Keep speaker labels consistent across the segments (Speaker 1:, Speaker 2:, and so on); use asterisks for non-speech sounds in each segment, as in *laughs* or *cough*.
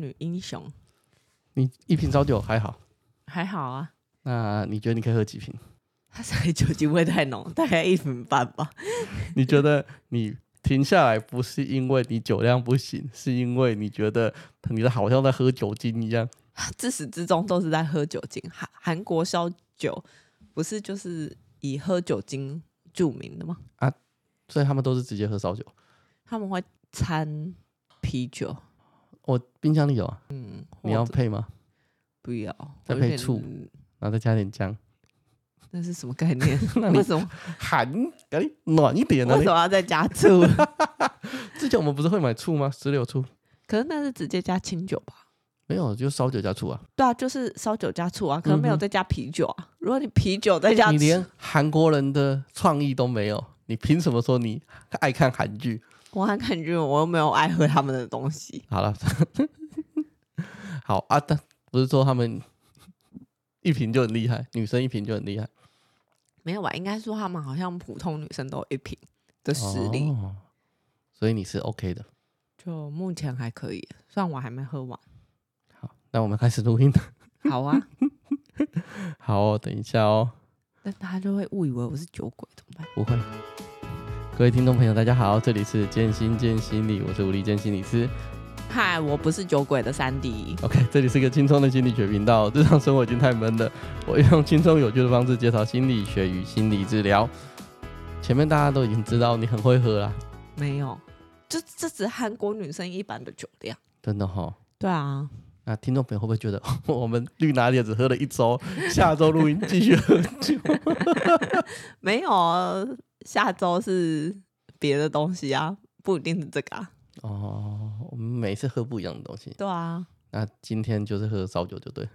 Speaker 1: 女英雄，
Speaker 2: 你一瓶烧酒还好，
Speaker 1: 还好啊。
Speaker 2: 那你觉得你可以喝几瓶？
Speaker 1: 它所以酒精味太浓，大概一瓶半吧。
Speaker 2: 你觉得你停下来不是因为你酒量不行，是因为你觉得你的好像在喝酒精一样？
Speaker 1: 自始至终都是在喝酒精。韩韩国烧酒不是就是以喝酒精著名的吗？
Speaker 2: 所以他们都是直接喝烧酒。
Speaker 1: 他们会掺啤酒，
Speaker 2: 我冰箱里有啊，
Speaker 1: 嗯，
Speaker 2: 你要
Speaker 1: 或者
Speaker 2: 配吗？
Speaker 1: 不要？我
Speaker 2: 再
Speaker 1: 有
Speaker 2: 配
Speaker 1: 点
Speaker 2: 醋，然后再加点姜，
Speaker 1: 那是什么概
Speaker 2: *laughs*
Speaker 1: 念？
Speaker 2: 那你
Speaker 1: 为什么
Speaker 2: 寒，哎，暖一点啊
Speaker 1: 为。什么要再加醋？ *laughs*
Speaker 2: 你之前我们不是会买醋吗？石榴醋
Speaker 1: 可是那是直接加清酒吧？
Speaker 2: 没有，就烧酒加醋啊。
Speaker 1: 对啊，就是烧酒加醋啊，可能没有
Speaker 2: 嗯哼哎
Speaker 1: 再加啤酒啊。如果你啤酒再加醋
Speaker 2: 你，连韩国人的创意都没有，你凭什么说你爱看韩剧？
Speaker 1: 我很感觉我又没有爱喝他们的东西。
Speaker 2: 好了， *laughs* 好啊，但不是说他们一瓶就很厉害，女生一瓶就很厉害
Speaker 1: 没有吧？应该说他们好像普通女生都有一瓶的实力，
Speaker 2: 哦，所以你是 OK 的。
Speaker 1: 就目前还可以，虽然我还没喝 *laughs* 完。
Speaker 2: 好，那我们开始录音。 *laughs*
Speaker 1: 好啊，
Speaker 2: 好、等一下哦。
Speaker 1: 但大家就会误以为我是酒鬼，怎么办？
Speaker 2: 不会。各位听众朋友，大家好，这里是建新建心理，我是吴立建心理师。
Speaker 1: 嗨，我不是酒鬼的三 D，
Speaker 2: OK，这里是个轻松的心理学频道，日常生活已经太闷了，我用轻松有趣的方式介绍心理学与心理治疗。前面大家都已经知道你很会喝啦，
Speaker 1: 没有，就这只是韩国女生一般的酒量。
Speaker 2: 真的哦哈、
Speaker 1: 对啊，
Speaker 2: 那听众朋友会不会觉得 *laughs* 我们绿拿铁只喝了一周，下周录音继续喝酒？
Speaker 1: 没有啊，下周是别的东西啊，不一定是这个啊。
Speaker 2: 哦，我们每次喝不一样的东西。
Speaker 1: 对啊，
Speaker 2: 那今天就是喝烧酒就对了。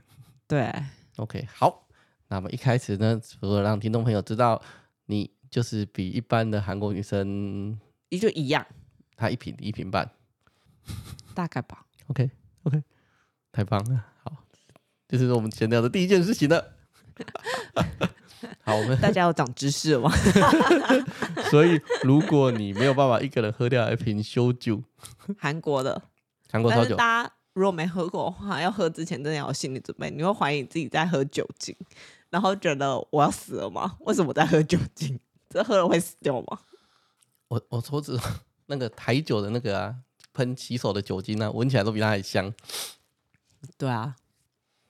Speaker 1: 对，
Speaker 2: OK，好，那么一开始呢，除了让听众朋友知道你就是比一般的韩国女生
Speaker 1: 也就一样，
Speaker 2: 她一瓶一瓶半
Speaker 1: 大概吧。
Speaker 2: ，OK OK，太棒了，好，这是我们闲聊的第一件事情了。
Speaker 1: *laughs*
Speaker 2: 好，我们
Speaker 1: 大家有长知识了吗？ *laughs*
Speaker 2: 所以如果你没有办法一个人喝掉一瓶修酒，
Speaker 1: 韩国的，
Speaker 2: 韩国烧
Speaker 1: 但是
Speaker 2: 酒，
Speaker 1: 呃大家如果没喝过的话，要喝之前真的要有心理准备，你会怀疑你自己在喝酒精，然后觉得我要死了吗？为什么我在喝酒精？这喝了会死掉吗？
Speaker 2: 我我手指 *laughs* 那个台酒的那个啊，喷洗手的酒精啊，闻起来都比它还香。
Speaker 1: 对啊，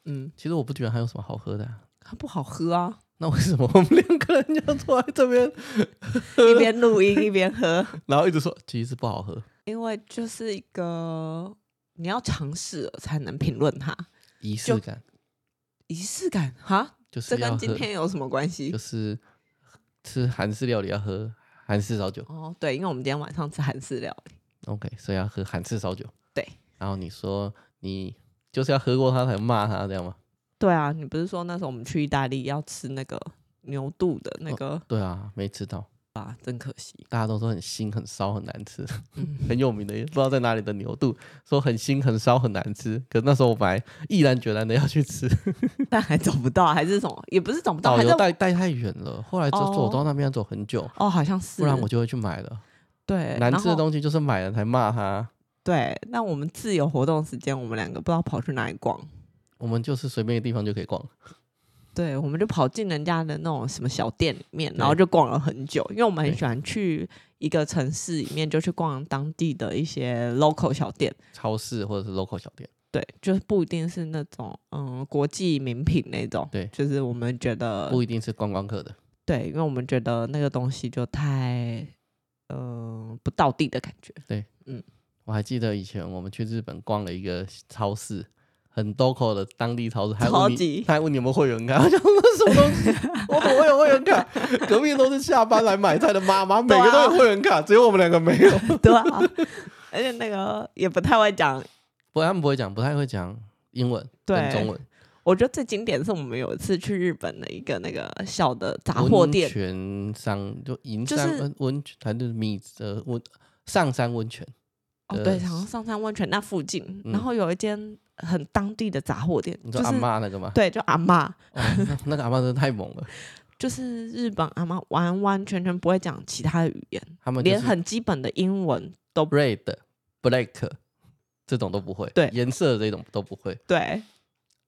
Speaker 1: 嗯，
Speaker 2: 其实我不觉得还有什么好喝的、啊。
Speaker 1: 它不好喝啊，
Speaker 2: 那为什么我们两个人要坐在这边
Speaker 1: *laughs*
Speaker 2: *laughs*
Speaker 1: 一边录 *laughs* 音一边喝，
Speaker 2: 然后一直说其实不好喝，
Speaker 1: 因为就是一个你要尝试了才能评论它，
Speaker 2: 仪式感
Speaker 1: 仪式感哈，
Speaker 2: 就是
Speaker 1: 这
Speaker 2: 要
Speaker 1: 跟
Speaker 2: 喝，
Speaker 1: 今天有什么关系
Speaker 2: 就？是吃韩式料理要喝韩式烧酒
Speaker 1: *laughs* 哦，对，因为我们今天晚上吃韩式料理，
Speaker 2: ，OK，所以要喝韩式烧酒。
Speaker 1: 对，
Speaker 2: 然后你说你就是要喝过它才骂它这样吗？
Speaker 1: 对啊，你不是说那时候我们去意大利要吃那个牛肚的那个、
Speaker 2: 对啊，没吃到，
Speaker 1: 啊，真可惜。
Speaker 2: 大家都说很腥、很骚、很难吃， *laughs*
Speaker 1: 嗯
Speaker 2: 很有名的，不知道在哪里的牛肚，说很腥、很骚、很难吃。可是那时候我本来毅然决然的要
Speaker 1: *laughs*
Speaker 2: 去吃，
Speaker 1: *laughs* 但还找不到，还是什么，也不是找不到，
Speaker 2: 导
Speaker 1: 还
Speaker 2: 游
Speaker 1: 在
Speaker 2: 带带太远了，后来走走到那边要走很久，
Speaker 1: 哦，好像是，
Speaker 2: 不然我就会去买了。
Speaker 1: 对
Speaker 2: 难吃的
Speaker 1: 都
Speaker 2: 东西就是买了才骂它。
Speaker 1: 对。那我们自由活动时间，我们两个不知道跑去哪里逛，
Speaker 2: 我们就是随便一个地方就可以逛。
Speaker 1: 对，我们就跑进人家的那种什么小店里面，
Speaker 2: 对
Speaker 1: 然后就逛了很久，因为我们很
Speaker 2: 对
Speaker 1: 喜欢去一个城市里面就去逛当地的一些 local 小店，
Speaker 2: 超市或者是 local 小店。
Speaker 1: 对，就是不一定是那种嗯国际名品那种，
Speaker 2: 对
Speaker 1: 就是我们觉得
Speaker 2: 不一定是观光客的。
Speaker 1: 对，因为我们觉得那个东西就太嗯、呃不到地的感觉，
Speaker 2: 我还记得以前我们去日本逛了一个超市，很 local 的当地超市，还
Speaker 1: 超
Speaker 2: 问
Speaker 1: 级
Speaker 2: 你，他还问你有没有会员卡，我想 *laughs* 说什么东西，我怎么会有会员卡？隔壁都是下班来买菜的妈妈，每
Speaker 1: 对啊
Speaker 2: 个都有会员卡，只有我们两个没有。
Speaker 1: *laughs* 对啊，而且那个也不太会
Speaker 2: *laughs*
Speaker 1: 讲。
Speaker 2: 不，他们不会讲，不太会讲英文跟
Speaker 1: 对
Speaker 2: 中文。
Speaker 1: 我觉得最经典是我们有一次去日本的一个那个小的杂货
Speaker 2: 温
Speaker 1: 店，
Speaker 2: 泉商就银
Speaker 1: 就
Speaker 2: 山
Speaker 1: 是
Speaker 2: 温温泉，还是米呃温上山温泉。
Speaker 1: 哦
Speaker 2: 呃
Speaker 1: 对，好像上山温泉那附近，
Speaker 2: 嗯
Speaker 1: 然后有一间很当地的杂货店，
Speaker 2: 你
Speaker 1: 就
Speaker 2: 说阿
Speaker 1: 是
Speaker 2: 妈那个吗？
Speaker 1: 对，就阿妈，
Speaker 2: 哦，那 *laughs* 那个阿妈真的太猛了，
Speaker 1: 就是日本阿妈完完全全不会讲其他的语言，
Speaker 2: 他们就
Speaker 1: 连
Speaker 2: 是
Speaker 1: 很基本的英文都
Speaker 2: red black 这种都不会，
Speaker 1: 对
Speaker 2: 颜色这种都不会。
Speaker 1: 对，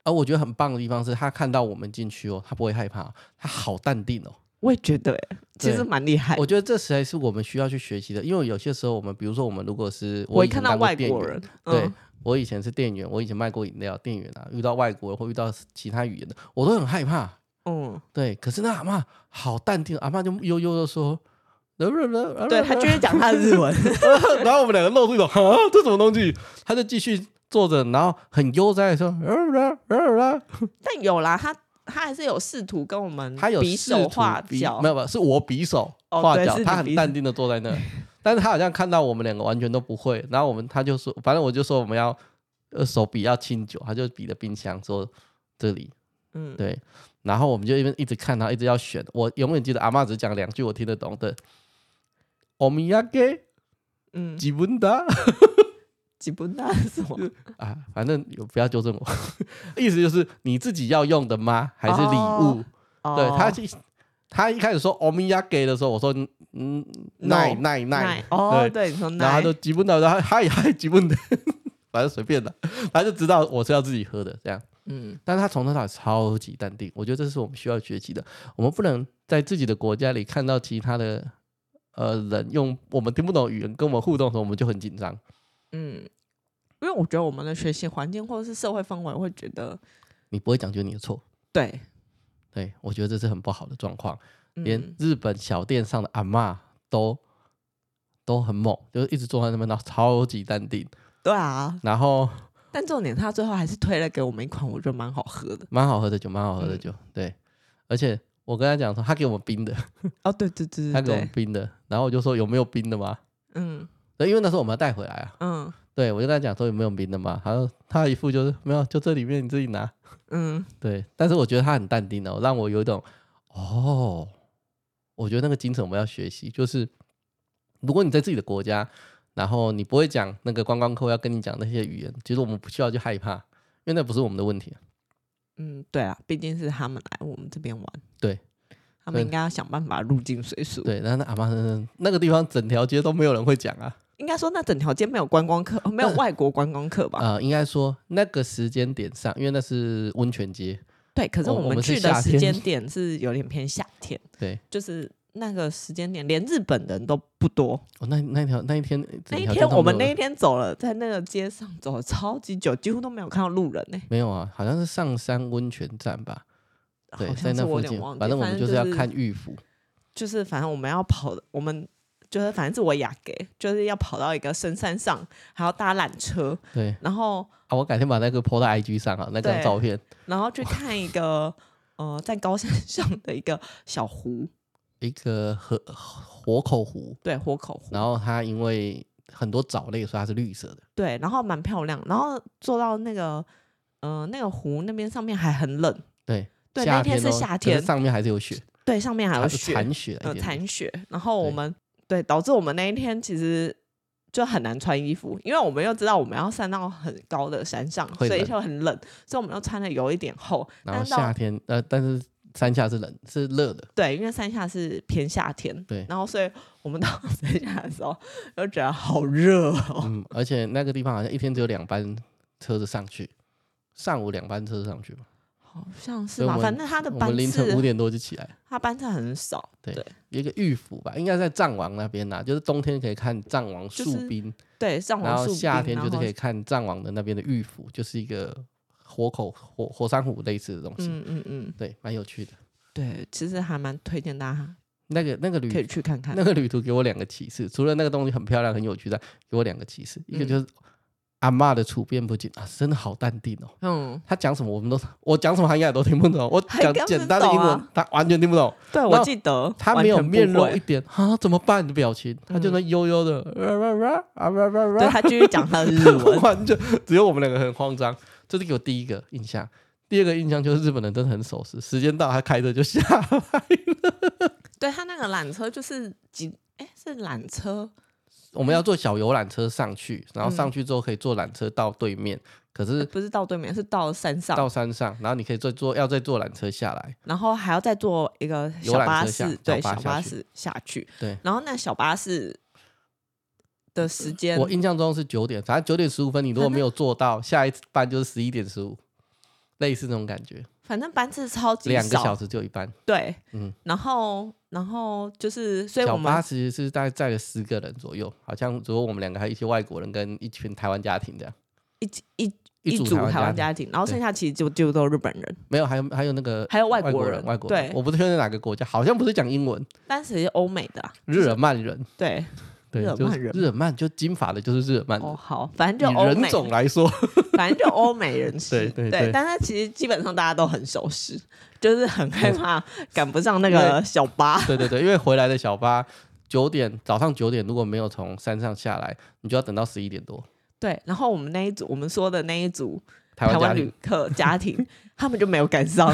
Speaker 2: 而我觉得很棒的地方是他看到我们进去哦，他不会害怕，他好淡定哦。
Speaker 1: 我也觉得欸，其
Speaker 2: 对
Speaker 1: 实蛮厉害。
Speaker 2: 我觉得这实在是我们需要去学习的，因为有些时候我们，比如说我们如果是
Speaker 1: 我
Speaker 2: 以
Speaker 1: 一
Speaker 2: 前
Speaker 1: 看
Speaker 2: 当
Speaker 1: 到
Speaker 2: 过
Speaker 1: 外
Speaker 2: 店
Speaker 1: 国
Speaker 2: 员
Speaker 1: 人，
Speaker 2: 对
Speaker 1: 嗯，
Speaker 2: 我以前是店员，我以前卖过饮料店员啊，遇到外国人或遇到其他语言的，我都很害怕。
Speaker 1: 嗯，
Speaker 2: 对，可是那阿嬷好淡定，阿嬷就悠悠的说。
Speaker 1: 对
Speaker 2: 对
Speaker 1: 他居然讲他的日文，
Speaker 2: *laughs* 然后我们两个露出一种啊，这什么东西？他就继续坐着，然后很悠哉的说，呃
Speaker 1: 但有啦，他他还是有试图跟我们
Speaker 2: 他有
Speaker 1: 嗯比
Speaker 2: 试
Speaker 1: 手
Speaker 2: 图
Speaker 1: 画
Speaker 2: 比
Speaker 1: 脚
Speaker 2: 没，有没有，是我比手
Speaker 1: 哦
Speaker 2: 画
Speaker 1: 对
Speaker 2: 脚，
Speaker 1: 是
Speaker 2: 他
Speaker 1: 你
Speaker 2: 很
Speaker 1: 比
Speaker 2: 淡定的坐在那， *laughs* 但是他好像看到我们两个完全都不会，然后我们他就说，反正我就说我们要呃手比要清酒，他就比了冰箱说这里，
Speaker 1: 嗯，
Speaker 2: 对，然后我们就一边一直看，然后一直要选。我永远记得阿妈只讲两句我听得懂的，欧米亚给
Speaker 1: 嗯，
Speaker 2: 吉文达
Speaker 1: 吉布纳是什么？
Speaker 2: 啊，反正有不要纠正我， *laughs* 意思就是你自己要用的吗？还是礼物？
Speaker 1: 哦哦
Speaker 2: 对他一他一开始说欧米亚给的时候，我说嗯嗯奈
Speaker 1: No，
Speaker 2: 奈奈，
Speaker 1: 哦
Speaker 2: 对，
Speaker 1: 对，你说
Speaker 2: 然后
Speaker 1: 奶
Speaker 2: 他就吉文达，然后嗨嗨吉文达， *laughs* 反正随便的，他就知道我是要自己喝的这样。
Speaker 1: 嗯，
Speaker 2: 但是他从头到尾超级淡定，我觉得这是我们需要学习的。我们不能在自己的国家里看到其他的呃人用我们听不懂语言跟我们互动的时候，我们就很紧张。
Speaker 1: 嗯，因为我觉得我们的学习环境或者是社会氛围会觉得，
Speaker 2: 你不会讲就是你的错，
Speaker 1: 对，
Speaker 2: 对我觉得这是很不好的状况。连
Speaker 1: 嗯，
Speaker 2: 日本小店上的阿嬷都都很猛，就是一直坐在那边，然后超级淡定，
Speaker 1: 对啊。
Speaker 2: 然后
Speaker 1: 但重点，他最后还是推了给我们一款，我觉得蛮好喝的。
Speaker 2: 蛮好喝的酒，蛮好
Speaker 1: 嗯
Speaker 2: 喝的酒，对，而且。我跟他讲说，他给我们冰的，
Speaker 1: 哦，对对对
Speaker 2: 他
Speaker 1: 对
Speaker 2: 给我们
Speaker 1: 对，
Speaker 2: 冰的，然后我就说有没有冰的吗？
Speaker 1: 嗯
Speaker 2: 对，因为那时候我们要带回来啊，
Speaker 1: 嗯
Speaker 2: 对，我就跟他讲说有没有冰的嘛，他说他一副就是没有，就这里面你自己拿。
Speaker 1: 嗯，
Speaker 2: 对，但是我觉得他很淡定哦，让我有一种哦，我觉得那个精神我们要学习，就是如果你在自己的国家，然后你不会讲那个观光客要跟你讲那些语言，其实我们不需要去害怕，因为那不是我们的问题。啊
Speaker 1: 嗯，对啊，毕竟是他们来我们这边玩，
Speaker 2: 对，
Speaker 1: 他们
Speaker 2: 对
Speaker 1: 应该要想办法入境随俗。
Speaker 2: 对，然后那阿妈那个地方整条街都没有人会讲啊，
Speaker 1: 应该说那整条街没有观光客，哦没有
Speaker 2: 但
Speaker 1: 外国观光客吧？
Speaker 2: 啊，应该说那个时间点上，因为那是温泉街，
Speaker 1: 对，可是
Speaker 2: 我
Speaker 1: 我
Speaker 2: 我
Speaker 1: 们
Speaker 2: 们是
Speaker 1: 去
Speaker 2: 夏
Speaker 1: 的时
Speaker 2: 天
Speaker 1: 间点是有点偏夏天，
Speaker 2: *laughs* 对，
Speaker 1: 就是那个时间点，连日本人都不多。
Speaker 2: 哦，那那条那一天
Speaker 1: 那
Speaker 2: 整
Speaker 1: 一
Speaker 2: 条街
Speaker 1: 天
Speaker 2: 都
Speaker 1: 我
Speaker 2: 没
Speaker 1: 们
Speaker 2: 有
Speaker 1: 那
Speaker 2: 人
Speaker 1: 一天走了，在那个街上走了超级久，几乎都没有看到路人欸呢、
Speaker 2: 没有啊，好像是上山温泉站吧？对，
Speaker 1: 好
Speaker 2: 在
Speaker 1: 像是
Speaker 2: 那
Speaker 1: 我
Speaker 2: 附
Speaker 1: 有点
Speaker 2: 近
Speaker 1: 忘。记。
Speaker 2: 反正我们
Speaker 1: 就
Speaker 2: 就是要看，玉府，
Speaker 1: 就是反正我们要跑，我们就是反正是我雅给，就是要跑到一个深山上，还要搭缆车，
Speaker 2: 对
Speaker 1: 然后
Speaker 2: 啊，我改天把那个 PO 到 IG 上啊，那张
Speaker 1: 对
Speaker 2: 照片
Speaker 1: 然后去看一个呃在高山上的一个小湖，
Speaker 2: 一个河活口湖，
Speaker 1: 对，豁口湖。
Speaker 2: 然后它因为很多藻类，所以它是绿色的。
Speaker 1: 对，然后蛮漂亮，然后坐到那个呃那个湖那边上面还很冷，
Speaker 2: 对，
Speaker 1: 对
Speaker 2: 夏
Speaker 1: 那天是
Speaker 2: 哦
Speaker 1: 夏
Speaker 2: 可
Speaker 1: 天
Speaker 2: 上面还是有雪，
Speaker 1: 对，上 *laughs* 面还有
Speaker 2: 残
Speaker 1: 雪，
Speaker 2: 残雪那
Speaker 1: 呃
Speaker 2: 一点
Speaker 1: 残雪，然后我
Speaker 2: 对
Speaker 1: 们对导致我们那一天其实就很难穿衣服，因为我们又知道我们要上到很高的山上，
Speaker 2: 会
Speaker 1: 所以
Speaker 2: 冷
Speaker 1: 就很冷，所以我们又穿的有一点厚，
Speaker 2: 然后
Speaker 1: 但到
Speaker 2: 夏天呃，但是山下是冷是热的，
Speaker 1: 对，因为山下是偏夏天，
Speaker 2: 对
Speaker 1: 然后所以我们到 *laughs* 山下的时候就觉得好热哦，
Speaker 2: 嗯，而且那个地方好像一天只有两班车子上去，上午两班车子上去嘛，
Speaker 1: 好像是
Speaker 2: 所以
Speaker 1: 吧？
Speaker 2: 我
Speaker 1: 反
Speaker 2: 们
Speaker 1: 正他的
Speaker 2: 我
Speaker 1: 班
Speaker 2: 们凌晨五
Speaker 1: 次，
Speaker 2: 点多就起来。
Speaker 1: 他班次很少，
Speaker 2: 一个玉府吧，应该在藏王那边呐、啊就是冬天可以看藏王
Speaker 1: 就
Speaker 2: 树
Speaker 1: 是
Speaker 2: 冰，
Speaker 1: 对，上
Speaker 2: 然
Speaker 1: 网
Speaker 2: 后
Speaker 1: 树
Speaker 2: 夏
Speaker 1: 冰
Speaker 2: 天就
Speaker 1: 然
Speaker 2: 是
Speaker 1: 后
Speaker 2: 可以看藏王的那边的玉府，就是一个火口火火山湖类似的东西，
Speaker 1: 嗯嗯嗯，
Speaker 2: 对，蛮有趣的。
Speaker 1: 对，其实还蛮推荐大家
Speaker 2: 那个那个
Speaker 1: 可
Speaker 2: 旅
Speaker 1: 以去看看
Speaker 2: 嗯那。个旅途给我两个启示，除了那个东西很漂亮很有趣的，给我两个启示，一个
Speaker 1: 嗯
Speaker 2: 就是阿嬷的处变不惊啊，真的好淡定哦。
Speaker 1: 嗯，
Speaker 2: 她讲什么我们都我讲什么她应该都听不懂，我
Speaker 1: 她
Speaker 2: 讲
Speaker 1: 应该不
Speaker 2: 简单的
Speaker 1: 懂
Speaker 2: 英文
Speaker 1: 啊
Speaker 2: 她完全听不懂，
Speaker 1: 对，
Speaker 2: 那
Speaker 1: 我记得
Speaker 2: 他
Speaker 1: 完
Speaker 2: 没有
Speaker 1: 全不
Speaker 2: 面露
Speaker 1: 会
Speaker 2: 一点啊怎么办的表情，他就
Speaker 1: 嗯
Speaker 2: 那悠悠的啊啊啊啊啊
Speaker 1: 对
Speaker 2: 啊
Speaker 1: 他继续讲他的
Speaker 2: *laughs*
Speaker 1: 日文，
Speaker 2: 完全只有我们两个很慌张。这是给我第一个印象，第二个印象就是日本人真的很守时，时间到他开着就下来。
Speaker 1: 对他那个缆车就是几哎是缆车，
Speaker 2: 我们要坐小游览车
Speaker 1: *laughs*
Speaker 2: 上去，然后上
Speaker 1: 嗯
Speaker 2: 去之后可以坐缆车到对面，可
Speaker 1: 呃
Speaker 2: 是
Speaker 1: 不是到对面是到山上，
Speaker 2: 到山上，然后你可以再坐要再坐缆车下来。
Speaker 1: 然后还要再坐一个
Speaker 2: 游
Speaker 1: 小
Speaker 2: 览
Speaker 1: 巴
Speaker 2: 车下
Speaker 1: 士，
Speaker 2: 小
Speaker 1: 对
Speaker 2: 巴
Speaker 1: 小
Speaker 2: 下
Speaker 1: 巴
Speaker 2: 去
Speaker 1: 士下去，
Speaker 2: 对
Speaker 1: 然后那小巴士的时间
Speaker 2: 呃我印象中是九点，反正九点十五分，你如果没有做到，下一次班就是十一点十五，类似那种感觉，
Speaker 1: 反正班次超级
Speaker 2: 两个
Speaker 1: 少
Speaker 2: 小时就一班。
Speaker 1: 对，
Speaker 2: 嗯
Speaker 1: 然后然后就是，所以
Speaker 2: 小
Speaker 1: 我
Speaker 2: 巴
Speaker 1: 们
Speaker 2: 其实是大概载了十个人左右，好像只有我们两个，还有一些外国人跟一群台湾家庭这样，
Speaker 1: 一一
Speaker 2: 一
Speaker 1: 一
Speaker 2: 组
Speaker 1: 组台湾
Speaker 2: 家
Speaker 1: 家
Speaker 2: 庭
Speaker 1: 庭，然后
Speaker 2: 对
Speaker 1: 剩下其实就就都是日本人，
Speaker 2: 没有，还有还有那个
Speaker 1: 还有外
Speaker 2: 外
Speaker 1: 国
Speaker 2: 人，
Speaker 1: 人，
Speaker 2: 外国人，
Speaker 1: 对，
Speaker 2: 我不确定哪个国家，好像不是讲英文，
Speaker 1: 但是是欧美的啊、
Speaker 2: 日耳曼人，
Speaker 1: 对，
Speaker 2: 对，
Speaker 1: 日耳
Speaker 2: 就是
Speaker 1: 曼人
Speaker 2: 日耳曼就金发的，就是日耳曼人
Speaker 1: 哦，好，反正
Speaker 2: 以
Speaker 1: 就欧
Speaker 2: 嗯人
Speaker 1: 美，
Speaker 2: 种来说，
Speaker 1: *laughs* 反正就欧美人士，
Speaker 2: 对对对
Speaker 1: 对，但是其实基本上大家都很熟识，就是很害怕赶不上那
Speaker 2: 因
Speaker 1: 个小巴，
Speaker 2: 对对对，因为回来的小巴九点早上九点如果没有从山上下来，你就要等到十一点多。
Speaker 1: 对，然后我们那一组，我们说的那一组
Speaker 2: 台湾家
Speaker 1: 旅
Speaker 2: 庭，
Speaker 1: 客家
Speaker 2: *laughs*
Speaker 1: 庭，他们就没有赶上，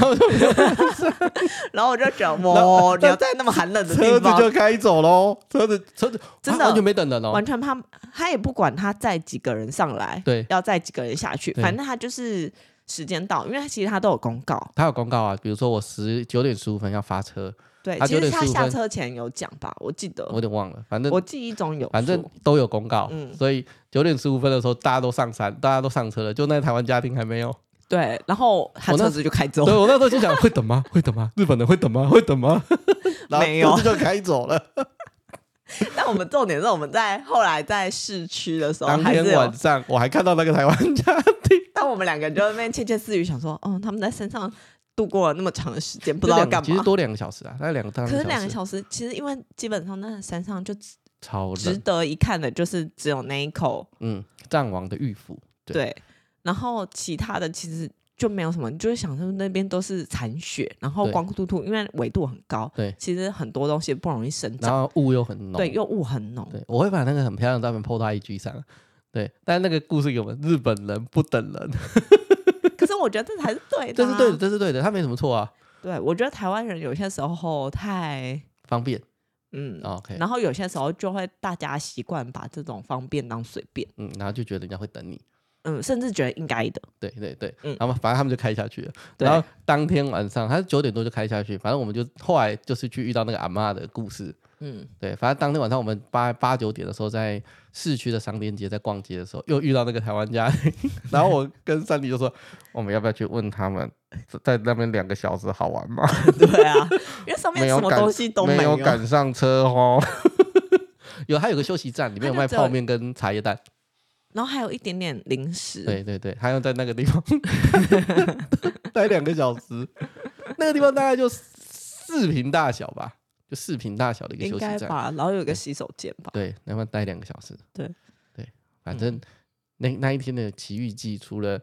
Speaker 1: 然后我就觉得，
Speaker 2: 然
Speaker 1: 哇
Speaker 2: 后，
Speaker 1: 你要在那么寒冷的
Speaker 2: *laughs* 车
Speaker 1: 地
Speaker 2: 子
Speaker 1: 方
Speaker 2: 就，开走喽，车子车子
Speaker 1: 真
Speaker 2: 啊
Speaker 1: 的
Speaker 2: 完全没等人哦
Speaker 1: 完。全他他也不管他载几个人上来，
Speaker 2: 对
Speaker 1: 要载几个人下去，
Speaker 2: 对
Speaker 1: 反正他就是时间到，因为他其实他都有公告，
Speaker 2: 他有公告啊，比如说我十九点十五分要发车，
Speaker 1: 对，
Speaker 2: 他
Speaker 1: 其实
Speaker 2: 9:15
Speaker 1: 他下
Speaker 2: 分
Speaker 1: 车前有讲吧，我记得
Speaker 2: 我有点忘了，反正
Speaker 1: 我记忆中有说，
Speaker 2: 反正都有公告，
Speaker 1: 嗯
Speaker 2: 所以九点十五分的时候大家都上山，大家都上车了，就那台湾家庭还没有。
Speaker 1: 对，然后他
Speaker 2: 我那
Speaker 1: 车子就开走
Speaker 2: 对，我那时候就 *laughs* 想，会等吗？会等吗？日本人会等吗？会等吗？ *laughs* 然后
Speaker 1: 没有
Speaker 2: 车子就开
Speaker 1: *laughs*
Speaker 2: 走了。
Speaker 1: *laughs* 但我们重点是我们在后来在市区的时候
Speaker 2: 当
Speaker 1: 还
Speaker 2: 天
Speaker 1: 是有
Speaker 2: 晚，上我还看到那个台湾家庭，
Speaker 1: 但我们两个人就在那边窃窃私语，想说，哦，他们在山上度过了那么长的时 *laughs* 间，不知道
Speaker 2: 就两个
Speaker 1: 干
Speaker 2: 其实
Speaker 1: 嘛。
Speaker 2: 多两个小时啊，大概两个多
Speaker 1: 可
Speaker 2: 小
Speaker 1: 是
Speaker 2: 时，
Speaker 1: 两个小时，其实因为基本上那个山上就只
Speaker 2: 超
Speaker 1: 值
Speaker 2: 冷。
Speaker 1: 得一看的，就是只有那一口
Speaker 2: 嗯，藏王的玉府，对
Speaker 1: 对，然后其他的其实就没有什么，你就会想说那边都是残雪，然后
Speaker 2: 对
Speaker 1: 光秃秃，因为纬度很高，
Speaker 2: 对
Speaker 1: 其实很多东西不容易生
Speaker 2: 然
Speaker 1: 长，
Speaker 2: 后雾又很浓。
Speaker 1: 对，又雾很浓，
Speaker 2: 对我会把那个很漂亮的照片 PO 到 IG 上。啊对，但那个故事给我们日本人不等人，
Speaker 1: 可是我觉得这才是
Speaker 2: *laughs*
Speaker 1: 对的、
Speaker 2: 这
Speaker 1: 啊，
Speaker 2: 是对的，这是对的，他没什么错啊，
Speaker 1: 对，我觉得台湾人有些时候太
Speaker 2: 方便。哦
Speaker 1: 嗯。
Speaker 2: OK，
Speaker 1: 然后有些时候就会大家习惯把这种方便当随便，
Speaker 2: 嗯，然后就觉得人家会等你，
Speaker 1: 嗯，甚至觉得应该的，
Speaker 2: 对对对，
Speaker 1: 嗯
Speaker 2: 然后反正他们就开下去了。
Speaker 1: 对
Speaker 2: 然后当天晚上，他是九点多就开下去，反正我们就后来就是去遇到那个阿嬷的故事，
Speaker 1: 嗯，
Speaker 2: 对，反正当天晚上我们八八九点的时候，在市区的商店街在逛街的时候，又遇到那个台湾家庭， *laughs* 然后我跟三弟就说，我们要不要去问他们，在那边两个小时好玩吗？
Speaker 1: *laughs* 对啊，因为上面
Speaker 2: 没有
Speaker 1: 什么
Speaker 2: 感
Speaker 1: 东西 *laughs* 都有，
Speaker 2: 赶上车哦。 *laughs* 有，它有个休息站，里面有卖
Speaker 1: 它就只有
Speaker 2: 泡面跟茶叶蛋。
Speaker 1: 然后还有一点点零食，
Speaker 2: 对对对，还要在那个地方 *laughs* 待两个小时。那个地方大概就四平大小吧，就四平大小的一个
Speaker 1: 应
Speaker 2: 休息
Speaker 1: 该
Speaker 2: 站。
Speaker 1: 吧，然后有个洗手间吧，
Speaker 2: 对，那么待两个小时。
Speaker 1: 对嗯
Speaker 2: 对，反正、那那一天的奇遇记，除了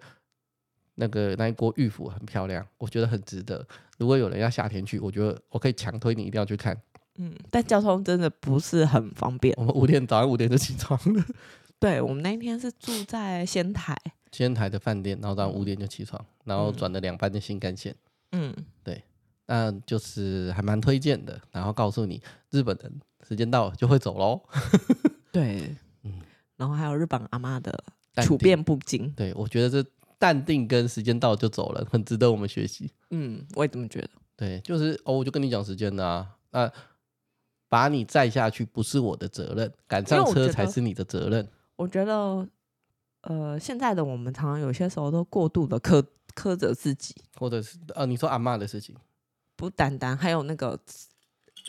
Speaker 2: 那个那一锅玉府很漂亮，我觉得很值得。如果有人要夏天去，我觉得我可以强推你一定要去看。
Speaker 1: 嗯，但交通真的不是很方便。
Speaker 2: 我们五点早上五点就起床了， *laughs*
Speaker 1: 对我们那一天是住在仙台，
Speaker 2: 仙台的饭店，然后早上五点就起床，然后
Speaker 1: 嗯
Speaker 2: 转了两班的新干线，
Speaker 1: 嗯，
Speaker 2: 那就是还蛮推荐的。然后告诉你，日本人时间到了就会走
Speaker 1: *laughs*
Speaker 2: 喽。
Speaker 1: 对，
Speaker 2: 嗯
Speaker 1: 然后还有日本阿妈的
Speaker 2: 淡
Speaker 1: 处
Speaker 2: 定
Speaker 1: 变不惊，
Speaker 2: 对我觉得这淡定跟时间到了就走了，很值得我们学习。
Speaker 1: 嗯，我也这么觉得，
Speaker 2: 对，就是哦，我就跟你讲时间啦、啊那、把你载下去不是我的责任，赶
Speaker 1: 因
Speaker 2: 上
Speaker 1: 为我觉
Speaker 2: 车
Speaker 1: 得
Speaker 2: 才是你的责任。
Speaker 1: 我觉得，呃，现在的我们常常有些时候都过度的苛苛责自己，
Speaker 2: 或者是呃，你说阿嬷的事情
Speaker 1: 不单单还有那个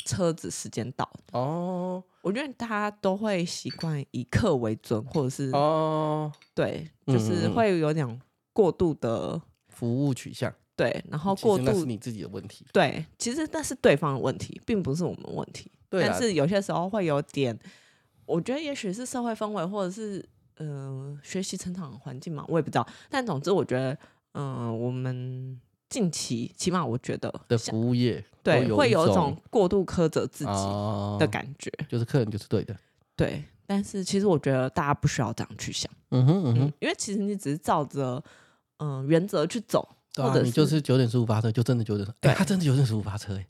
Speaker 1: 车子时间到，
Speaker 2: 哦
Speaker 1: 我觉得大家都会习惯以客为尊，或者是、
Speaker 2: 哦，
Speaker 1: 对，
Speaker 2: 嗯
Speaker 1: 就是
Speaker 2: 嗯嗯
Speaker 1: 会有点过度的
Speaker 2: 服务取向，
Speaker 1: 对，然后
Speaker 2: 其实
Speaker 1: 过
Speaker 2: 那是
Speaker 1: 度
Speaker 2: 你自己的问题。
Speaker 1: 对，其实那是对方的问题，并不是我们的问题。
Speaker 2: 对啦
Speaker 1: 但是有些时候会有点，我觉得也许是社会氛围，或者是嗯、呃学习成长环境嘛，我也不知道。但总之，我觉得嗯、呃我们近期起码我觉得
Speaker 2: 的
Speaker 1: 像
Speaker 2: 服务业都
Speaker 1: 对会有
Speaker 2: 一
Speaker 1: 一种过度苛责自己
Speaker 2: 哦
Speaker 1: 的感觉，
Speaker 2: 就是客人就是对的。
Speaker 1: 对。但是其实我觉得大家不需要这样去想，
Speaker 2: 嗯哼嗯
Speaker 1: 嗯，因为其实你只是照着嗯、呃原则去走，
Speaker 2: 对啊
Speaker 1: 或，者
Speaker 2: 你就是是九点十五发车，就真的九点，哎，
Speaker 1: 对
Speaker 2: 他真的九点十五发车哎。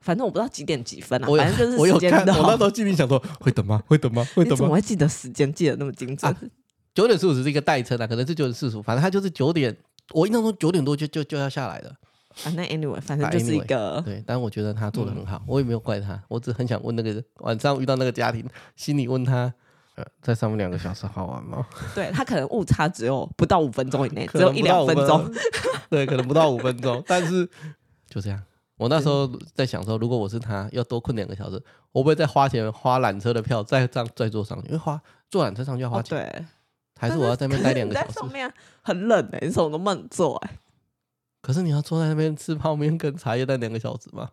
Speaker 1: 反正我不知道几点几分啊，
Speaker 2: 我有
Speaker 1: 反正就是
Speaker 2: *laughs* 我
Speaker 1: 时
Speaker 2: 有
Speaker 1: 间
Speaker 2: 看，
Speaker 1: 到
Speaker 2: 我那时候心里想说，会等吗？会等吗？会
Speaker 1: 你
Speaker 2: 等
Speaker 1: 怎么
Speaker 2: 吗？
Speaker 1: 会记得时间记得那么精准？
Speaker 2: 啊九点十五只是一个代称啊，可能是九点四十五，反正他就是九点，我印象中九点多就就就要下来了。
Speaker 1: 反正 anyway，反正
Speaker 2: 啊
Speaker 1: 就是一
Speaker 2: ，anyway，
Speaker 1: 个
Speaker 2: 对，但我觉得他
Speaker 1: 嗯
Speaker 2: 做的很好，我也没有怪他，我只很想问那个晚上遇到那个家庭，心里问他，呃，在上面两个小时好玩吗？
Speaker 1: 对他可能误差只有不到五分钟以内，
Speaker 2: 可
Speaker 1: 只有
Speaker 2: 能
Speaker 1: 一
Speaker 2: 不到
Speaker 1: 两
Speaker 2: 五
Speaker 1: 分钟。， *laughs*
Speaker 2: 对，可能不到五分钟，但是 *laughs* 就这样。我那时候在想说，如果我是他，要多困两个小时，我不会再花钱花缆车的票再上再坐上去，因为花坐缆车上去要花
Speaker 1: 哦，
Speaker 2: 钱，
Speaker 1: 对，
Speaker 2: 还是我要在那边
Speaker 1: 可是
Speaker 2: 待
Speaker 1: *laughs*
Speaker 2: 两
Speaker 1: 你
Speaker 2: 个
Speaker 1: 在
Speaker 2: 小时
Speaker 1: 上？面很冷哎、你什么都不能做哎、
Speaker 2: 可是你要坐在那边吃泡面跟茶叶蛋两个小时吗？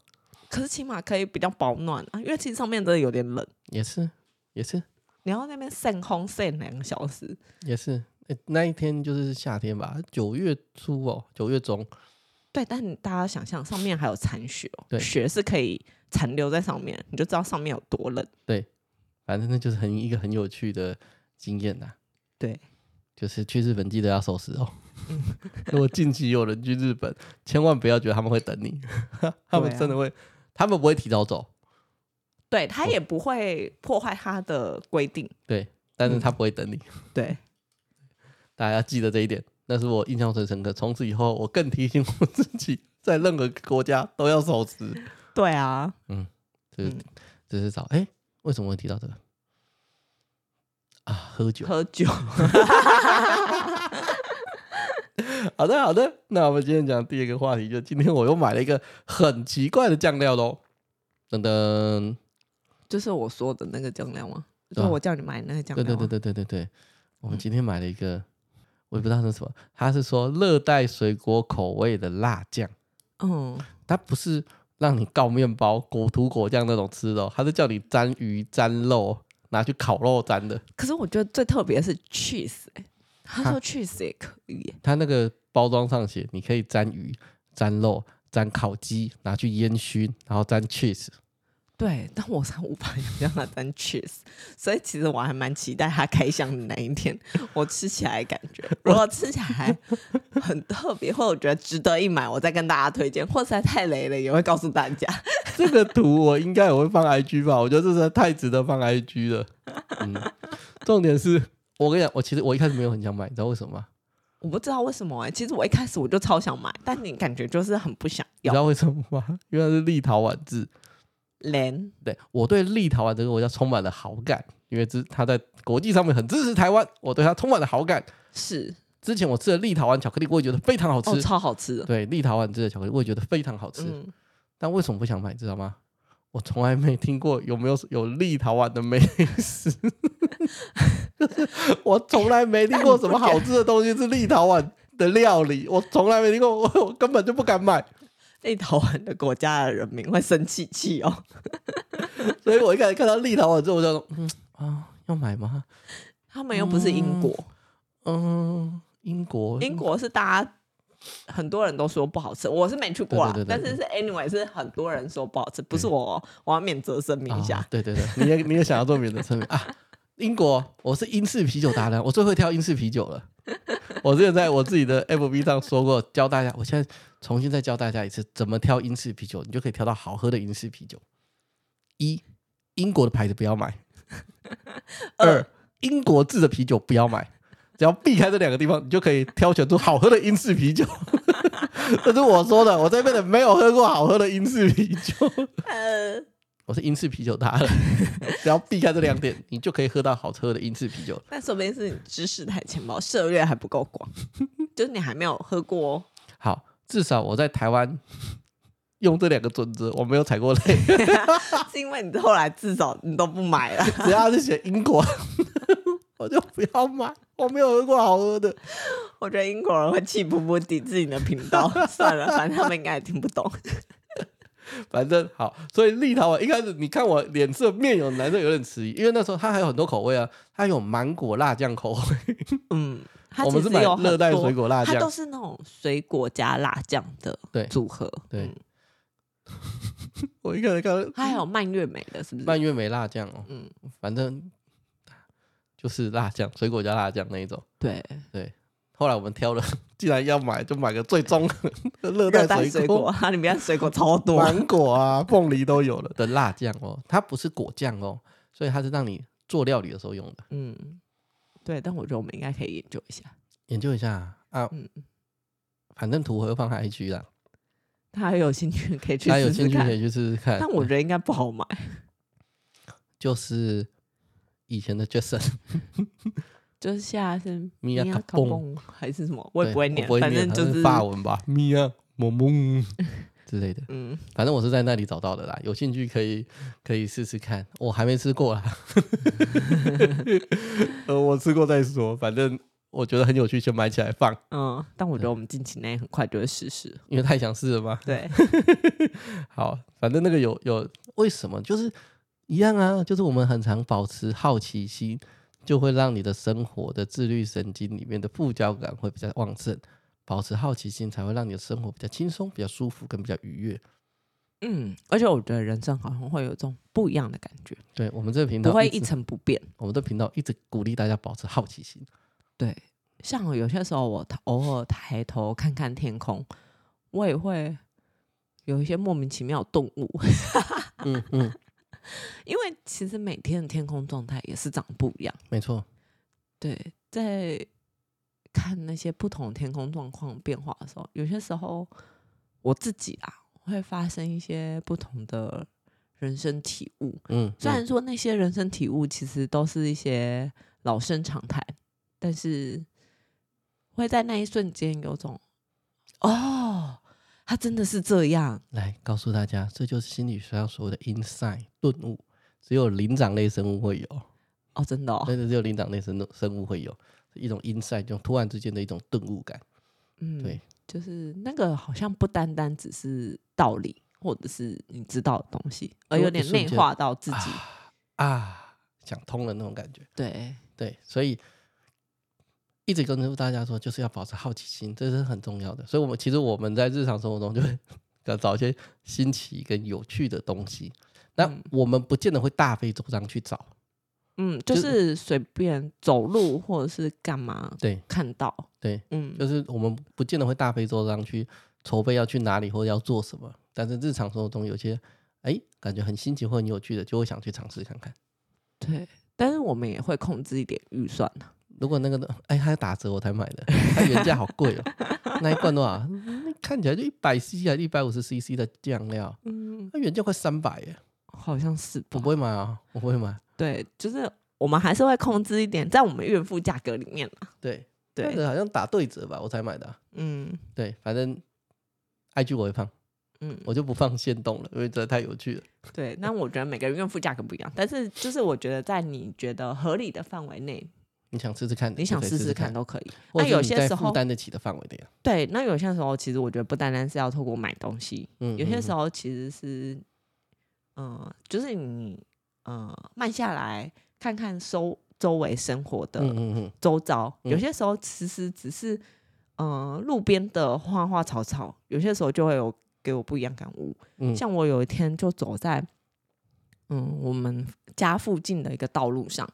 Speaker 1: 可是起码可以比较保暖啊，因为其实上面真的有点冷，
Speaker 2: 也是，也是，
Speaker 1: 你要在那边扇风扇两个小时，
Speaker 2: 也是。诶那一天就是夏天吧，九月初哦，九月中，
Speaker 1: 对，但你大家想象上面还有残雪哦、
Speaker 2: 对
Speaker 1: 雪是可以残留在上面，你就知道上面有多冷。
Speaker 2: 反正那就是很一个很有趣的经验呐。
Speaker 1: 对，
Speaker 2: 就是去日本记得要守时哦。 *laughs* 如果近期有人去日本，千万不要觉得他们会等你， *laughs* 他们
Speaker 1: 对啊
Speaker 2: 真的会，他们不会提早走，
Speaker 1: 对他也不会破坏他的规定，
Speaker 2: 但是
Speaker 1: 嗯
Speaker 2: 他不会等你。
Speaker 1: 对，
Speaker 2: 大家要记得这一点，那是我印象最深刻。从此以后，我更提醒我自己，在任何国家都要守时。
Speaker 1: 对啊，
Speaker 2: 就是、
Speaker 1: 嗯
Speaker 2: 只是找哎、为什么会提到这个啊？喝酒。
Speaker 1: 喝酒，
Speaker 2: *laughs* 好的，好的。那我们今天讲第二个话题，就今天我又买了一个很奇怪的酱料喽。噔噔，
Speaker 1: 就是我说的那个酱料吗？
Speaker 2: 对
Speaker 1: 就
Speaker 2: 啊
Speaker 1: 我叫你买那个酱
Speaker 2: 对
Speaker 1: 料吗，
Speaker 2: 对对对对对对，我们今天买了一个，我也不知道是什么，它是说热带水果口味的辣酱，
Speaker 1: 嗯，
Speaker 2: 它不是让你告面包、果土果酱那种吃的、哦，它是叫你沾鱼、沾肉，拿去烤肉沾的。
Speaker 1: 可是我觉得最特别的是 cheese，、欸、他
Speaker 2: 哈
Speaker 1: 说 cheese 也可以欸、
Speaker 2: 它那个包装上写，你可以沾鱼、沾肉、沾烤鸡，拿去烟熏，然后沾 cheese。
Speaker 1: 对，但我才无法让它沾 cheese，所以其实我还蛮期待它开箱的那一天，我吃起来感觉，如果吃起来很特别，或者我觉得值得一买，我再跟大家推荐，或实在太雷了也会告诉大家。
Speaker 2: 这个图我应该也会放 IG 吧？我觉得这实在太值得放 IG 了。嗯，重点是我跟你讲，我其实我一开始没有很想买，你知道为什么吗？
Speaker 1: 我不知道为什么哎、其实我一开始我就超想买，但你感觉就是很不想
Speaker 2: 你知
Speaker 1: 要。
Speaker 2: 道为什么吗？ *laughs* 因为它是立陶宛制。
Speaker 1: 连
Speaker 2: 对我对立陶宛这个国家充满了好感，因为这它在国际上面很支持台湾，我对它充满了好感。
Speaker 1: 是
Speaker 2: 之前我吃了立陶宛巧克力，我也觉得非常好吃。
Speaker 1: 哦，超好吃的，
Speaker 2: 对立陶宛制的巧克力，我也觉得非常好吃。
Speaker 1: 嗯，
Speaker 2: 但为什么不想买，知道吗？我从来没听过有没有有立陶宛的美食， *laughs* 我从来没听过什么好吃的东西是立陶宛的料理，我从来没听过，我我根本就不敢买，
Speaker 1: 立陶宛的国家的人民会生气气哦。
Speaker 2: 所以我一开始看到立陶宛之后，我就说，嗯啊，要买吗？
Speaker 1: *laughs* 他们又不是英国，
Speaker 2: 嗯，英国，
Speaker 1: 英国是大家很多人都说不好吃，我是没去过啦，啊
Speaker 2: 对对对
Speaker 1: 但
Speaker 2: 对
Speaker 1: 是是 anyway 是很多人说不好吃，不是我哦，我要免责声明一下
Speaker 2: 啊，对对对， *laughs* 你也你也想要做免责声明啊？英国，我是英式啤酒达人，我最会挑英式啤酒了。我之前在我自己的 FB 上说过，教大家，我现在重新再教大家一次，怎么挑英式啤酒，你就可以挑到好喝的英式啤酒。一，英国的牌子不要买； *laughs* 二，英国制的啤酒不要买。只要避开这两个地方，你就可以挑选出好喝的英式啤酒。 *laughs* 这是我说的，我这辈子没有喝过好喝的英式啤酒。
Speaker 1: 呃，
Speaker 2: 我是英式啤酒达
Speaker 1: *laughs*
Speaker 2: 人，只要避开这两点，你就可以喝到好喝的英式啤酒了。
Speaker 1: 但说不定是你知识太浅薄，涉猎还不够
Speaker 2: *laughs*
Speaker 1: 广，就是你还没有喝过
Speaker 2: 好，至少我在台湾用这两个准则，我没有踩过
Speaker 1: *laughs*
Speaker 2: 雷。
Speaker 1: 哦，是因为你后来至少你都不买了。 *laughs*
Speaker 2: 只要是写英国， *laughs* 我就不要买。我没有喝过好喝的，
Speaker 1: 我觉得英国人会气噗噗抵制你的频
Speaker 2: *laughs*
Speaker 1: 道，算了，反正他们应该也听不懂。
Speaker 2: 反正好。所以立陶宛一开始，你看我脸色面有难色，有点迟疑，因为那时候它还有很多口味啊，它有芒果辣酱口味，
Speaker 1: 嗯，它
Speaker 2: 我们
Speaker 1: 其
Speaker 2: 是
Speaker 1: 实
Speaker 2: 买
Speaker 1: 有很
Speaker 2: 热带
Speaker 1: 多
Speaker 2: 水果辣
Speaker 1: 它都
Speaker 2: 酱，
Speaker 1: 是那种水果加辣酱的
Speaker 2: 啊对
Speaker 1: 组合。
Speaker 2: 对
Speaker 1: 嗯
Speaker 2: 我一开始看到
Speaker 1: 它还有蔓越莓的，是不是？
Speaker 2: 蔓越莓辣酱哦，
Speaker 1: 嗯，
Speaker 2: 反正就是辣酱，水果加辣酱那一种。
Speaker 1: 对，
Speaker 2: 后来我们挑了， *laughs* 既然要买，就买个最综合的热
Speaker 1: 热
Speaker 2: 带
Speaker 1: 带
Speaker 2: 水
Speaker 1: 水
Speaker 2: 果
Speaker 1: 果，，啊它里面水果超多。
Speaker 2: 芒果啊、 *laughs* 凤梨都有了的辣酱哦。它不是果酱哦，所以它是让你做料理的时候用的。
Speaker 1: 嗯，对，但我觉得我们应该可以研究一下。
Speaker 2: 研究一下啊，啊
Speaker 1: 嗯，
Speaker 2: 反正图我会放在 IG 啦，
Speaker 1: 他有兴趣可以去
Speaker 2: 大家有
Speaker 1: 试
Speaker 2: 兴
Speaker 1: 试
Speaker 2: 趣可
Speaker 1: 看，
Speaker 2: 以去试试看
Speaker 1: 但。我觉得应该不好买。
Speaker 2: 就是以前的 Jason，
Speaker 1: 就是下是
Speaker 2: 米娅卡
Speaker 1: 卡
Speaker 2: 蹦，
Speaker 1: 蹦还是什么，我也
Speaker 2: 对
Speaker 1: 不会念，
Speaker 2: 我不
Speaker 1: 反
Speaker 2: 念
Speaker 1: 正
Speaker 2: 它
Speaker 1: 就是
Speaker 2: 法文吧，米娅萌萌 *laughs* 之类的。
Speaker 1: 嗯，
Speaker 2: 反正我是在那里找到的啦，有兴趣可以可以试试看，我还没吃过啊啦， *laughs* 呃，我吃过再说，反正我觉得很有趣，先买起来放，
Speaker 1: 嗯，但我觉得我们近期内很快就会实施。
Speaker 2: 因为太想试了嘛。
Speaker 1: 对，
Speaker 2: 好，反正那个有有为什么就是一样啊，就是我们很常保持好奇心，就会让你的生活的自律神经里面的副交感会比较旺盛，保持好奇心才会让你的生活比较轻松、比较舒服跟比较愉悦。
Speaker 1: 嗯，而且我觉得人生好像会有一种不一样的感觉，
Speaker 2: 对我们这个频
Speaker 1: 不
Speaker 2: 道
Speaker 1: 会
Speaker 2: 一
Speaker 1: 一
Speaker 2: 直，
Speaker 1: 成不变。
Speaker 2: 我们的频道一直鼓励大家保持好奇心。
Speaker 1: 对，像有些时候我抬偶尔抬头看看天空，我也会有一些莫名其妙的动物， *laughs*
Speaker 2: 嗯嗯，
Speaker 1: 因为其实每天的天空状态也是长得不一样。
Speaker 2: 没错，
Speaker 1: 对，在看那些不同天空状况变化的时候，有些时候我自己啊会发生一些不同的人生体悟。
Speaker 2: 嗯，
Speaker 1: 虽然
Speaker 2: 嗯
Speaker 1: 说那些人生体悟其实都是一些老生常谈，但是会在那一瞬间有种哦，他真的是这样。
Speaker 2: 来告诉大家，这就是心理学上所谓的 insight 顿悟，只有灵长类生物会有。
Speaker 1: 哦，真的哦，
Speaker 2: 真的只有灵长类生物生物会有一种 insight，就突然之间的一种顿悟感。
Speaker 1: 嗯，
Speaker 2: 对，
Speaker 1: 就是那个好像不单单只是道理，或者是你知道的东西，而
Speaker 2: 因
Speaker 1: 有
Speaker 2: 为一
Speaker 1: 点
Speaker 2: 瞬
Speaker 1: 内
Speaker 2: 间
Speaker 1: 化到自己。
Speaker 2: 啊，想通了那种感觉。
Speaker 1: 对，
Speaker 2: 对，所以一直跟大家说，就是要保持好奇心，这是很重要的。所以，我们其实我们在日常生活中就 *laughs* 会要找一些新奇跟有趣的东西。那
Speaker 1: 嗯
Speaker 2: 我们不见得会大费周章去找，
Speaker 1: 嗯，就
Speaker 2: 就是
Speaker 1: 随便走路或者是干嘛
Speaker 2: 对
Speaker 1: 看到，
Speaker 2: 对，
Speaker 1: 嗯，
Speaker 2: 就是我们不见得会大费周章去筹备要去哪里或者要做什么，但是日常生活中有些哎感觉很新奇或很有趣的，就会想去尝试看看。
Speaker 1: 对。但是我们也会控制一点预算啊
Speaker 2: 如果那个哎，它打折我才买的，它原价好贵哦，那一罐多少？那看起来就一百 CC 还一百五十 CC 的酱料，
Speaker 1: 嗯，
Speaker 2: 它原价快三百耶！
Speaker 1: 好像是
Speaker 2: 我
Speaker 1: 吧
Speaker 2: 不？会买啊，我不会买。
Speaker 1: 对，就是我们还是会控制一点，在我们孕妇价格里面啊
Speaker 2: 对，那
Speaker 1: 对，
Speaker 2: 个好像打对折吧，我才买的啊、
Speaker 1: 嗯
Speaker 2: 对，反正 IG 我会放，
Speaker 1: 嗯，
Speaker 2: 我就不放现动了，因为真的太有趣了。
Speaker 1: 对。那我觉得每个孕妇价格不一样，但是就是我觉得在你觉得合理的范围内，
Speaker 2: 你想试试看的，
Speaker 1: 你想
Speaker 2: 就可
Speaker 1: 试
Speaker 2: 以试
Speaker 1: 试看
Speaker 2: 看，
Speaker 1: 都可以。
Speaker 2: 或
Speaker 1: 那
Speaker 2: 者是
Speaker 1: 有
Speaker 2: 你
Speaker 1: 些
Speaker 2: 在
Speaker 1: 时
Speaker 2: 负
Speaker 1: 候
Speaker 2: 担得起的范围内啊。
Speaker 1: 对，那有些时候其实我觉得不单单是要透过买东西，
Speaker 2: 嗯，
Speaker 1: 有些时
Speaker 2: 候
Speaker 1: 候其实是，嗯、就是你，嗯、慢下来看看周周围生活
Speaker 2: 嗯
Speaker 1: 的
Speaker 2: 嗯嗯，
Speaker 1: 周遭，有
Speaker 2: 嗯
Speaker 1: 些时候其实只是，嗯、路边的花花草草，有些时候就会有给我不一样感悟。
Speaker 2: 嗯
Speaker 1: 像我有一天就走在，嗯，我们家附近的一个道路上，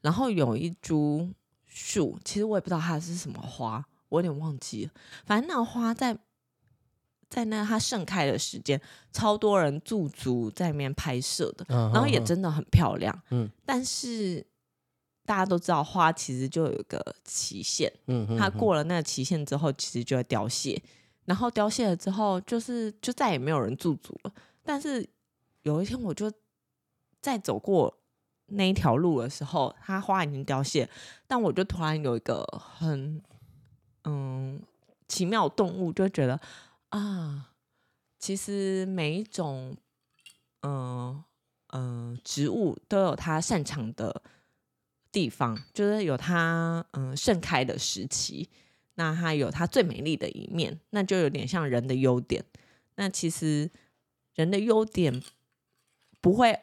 Speaker 1: 然后有一株树，其实我也不知道它是什么花，我有点忘记了。反正那个花在在那它盛开的时间，超多人驻足在那边拍摄的，
Speaker 2: 嗯，
Speaker 1: 然后也
Speaker 2: 嗯，
Speaker 1: 真的很漂亮。
Speaker 2: 嗯，
Speaker 1: 但是大家都知道，花其实就有一个期限，
Speaker 2: 嗯嗯，
Speaker 1: 它
Speaker 2: 嗯，
Speaker 1: 过了那个期限之后，其实就会凋谢。然后凋谢了之后，就是就再也没有人驻足了。但是有一天，我就在走过那一条路的时候，它花已经凋谢，但我就突然有一个很嗯奇妙的动物，就觉得啊，其实每一种嗯嗯、植物都有它擅长的地方，就是有它嗯、盛开的时期，那它有它最美丽的一面，那就有点像人的优点。那其实人的优点不会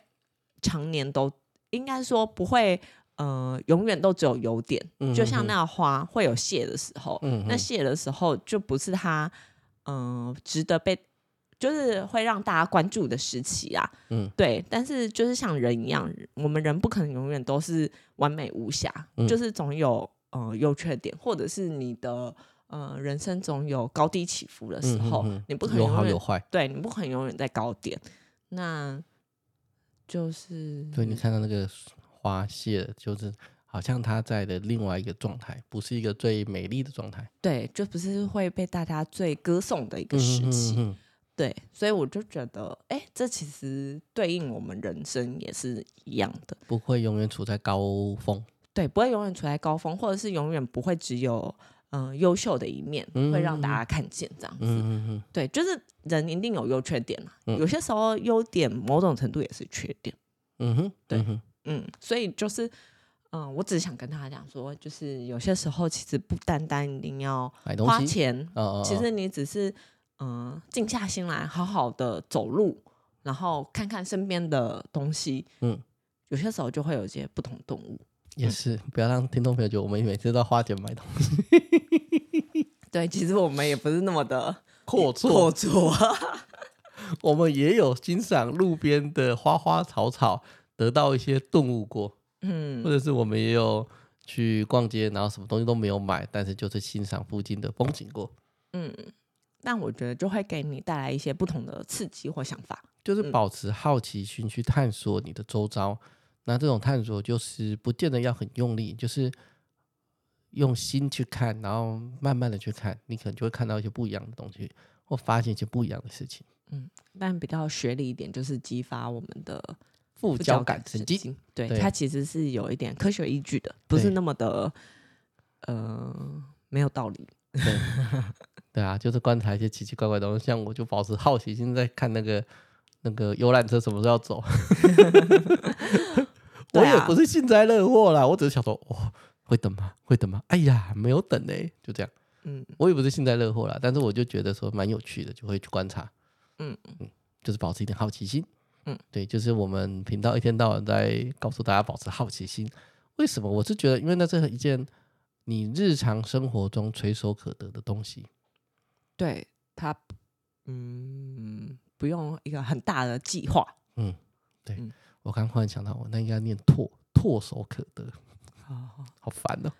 Speaker 1: 常年都，应该说不会呃永远都只有优点，
Speaker 2: 嗯
Speaker 1: 就像
Speaker 2: 嗯
Speaker 1: 那花会有谢的时候，
Speaker 2: 嗯
Speaker 1: 那
Speaker 2: 嗯
Speaker 1: 谢的时候就不是它嗯、呃值得被。就是会让大家关注的时期啊，
Speaker 2: 嗯
Speaker 1: 对，但是就是像人一样，我们人不可能永远都是完美无瑕，
Speaker 2: 嗯
Speaker 1: 就是总有呃优缺点，或者是你的呃人生总有高低起伏的时
Speaker 2: 嗯嗯
Speaker 1: 候，
Speaker 2: 嗯
Speaker 1: 你不可能
Speaker 2: 有好
Speaker 1: 永
Speaker 2: 有
Speaker 1: 远
Speaker 2: 坏。
Speaker 1: 对，你不可能永远在高点，那就是
Speaker 2: 对，你看到那个花谢了，就是好像它在的另外一个状态，不是一个最美丽的状态
Speaker 1: 对，就不是会被大家最歌颂的一个
Speaker 2: 嗯
Speaker 1: 时
Speaker 2: 嗯
Speaker 1: 期，
Speaker 2: 嗯嗯
Speaker 1: 对，所以我就觉得，哎、这其实对应我们人生也是一样的，
Speaker 2: 不会永远处在高峰。
Speaker 1: 对，不会永远处在高峰，或者是永远不会只有嗯、呃优秀的一面会让大家看见这样子。
Speaker 2: 嗯嗯嗯，
Speaker 1: 对，就是人一定有优缺点啦，
Speaker 2: 嗯
Speaker 1: 有些时候优点某种程度也是缺点。
Speaker 2: 嗯哼，
Speaker 1: 对
Speaker 2: 嗯哼
Speaker 1: 嗯，所以就是，嗯、我只想跟大家讲说，就是有些时候其实不单单一定要
Speaker 2: 买东
Speaker 1: 花
Speaker 2: 西，
Speaker 1: 钱，
Speaker 2: 哦哦，哦
Speaker 1: 其实你只是嗯、呃静下心来，好好的走路，然后看看身边的东西，
Speaker 2: 嗯，
Speaker 1: 有些时候就会有一些不同动物。
Speaker 2: 也是，不要让听众朋友觉得我们每次都要花钱买东西，
Speaker 1: 对，其实我们也不是那么的
Speaker 2: 阔
Speaker 1: 做
Speaker 2: 绰，
Speaker 1: 作，
Speaker 2: 我们也有欣赏路边的花花草草，得到一些顿悟过，或
Speaker 1: *laughs* 嗯，
Speaker 2: 者是我们也有去逛街，然后什么东西都没有买，但是就是欣赏附近的风景过，
Speaker 1: 嗯但我觉得就会给你带来一些不同的刺激或想法。
Speaker 2: 就是保持好奇心去探索你的周遭。那这种探索就是不见得要很用力，就是用心去看，然后慢慢的去看，你可能就会看到一些不一样的东西，或发现一些不一样的事情。
Speaker 1: 但比较学理一点，就是激发我们的
Speaker 2: 副
Speaker 1: 副
Speaker 2: 交
Speaker 1: 交
Speaker 2: 感
Speaker 1: 感
Speaker 2: 神
Speaker 1: 神
Speaker 2: 经，
Speaker 1: 经，对，
Speaker 2: 对
Speaker 1: 它其实是有一点科学依据的，不是
Speaker 2: 对
Speaker 1: 那么的呃没有道理。
Speaker 2: 对， *laughs* 对啊，就是观察一些奇奇怪怪的东西。像我就保持好奇心，在看那个那个游览车什么时候要
Speaker 1: *laughs*
Speaker 2: 走。我
Speaker 1: 对啊
Speaker 2: 也不是幸灾乐祸啦，我只是想说，哦，会等吗？会等吗？哎呀，没有等呢、欸就这样。
Speaker 1: 嗯，
Speaker 2: 我也不是幸灾乐祸啦，但是我就觉得说蛮有趣的，就会去观察。
Speaker 1: 嗯
Speaker 2: 嗯，就是保持一点好奇心。
Speaker 1: 嗯，
Speaker 2: 对，就是我们频道一天到晚在告诉大家保持好奇心。为什么？我是觉得，因为那是一件你日常生活中垂手可得的东西。
Speaker 1: 对，它嗯不用一个很大的计划。
Speaker 2: 我刚忽然想到，我那应该念唾唾手可得，
Speaker 1: 哦，
Speaker 2: 好烦哦！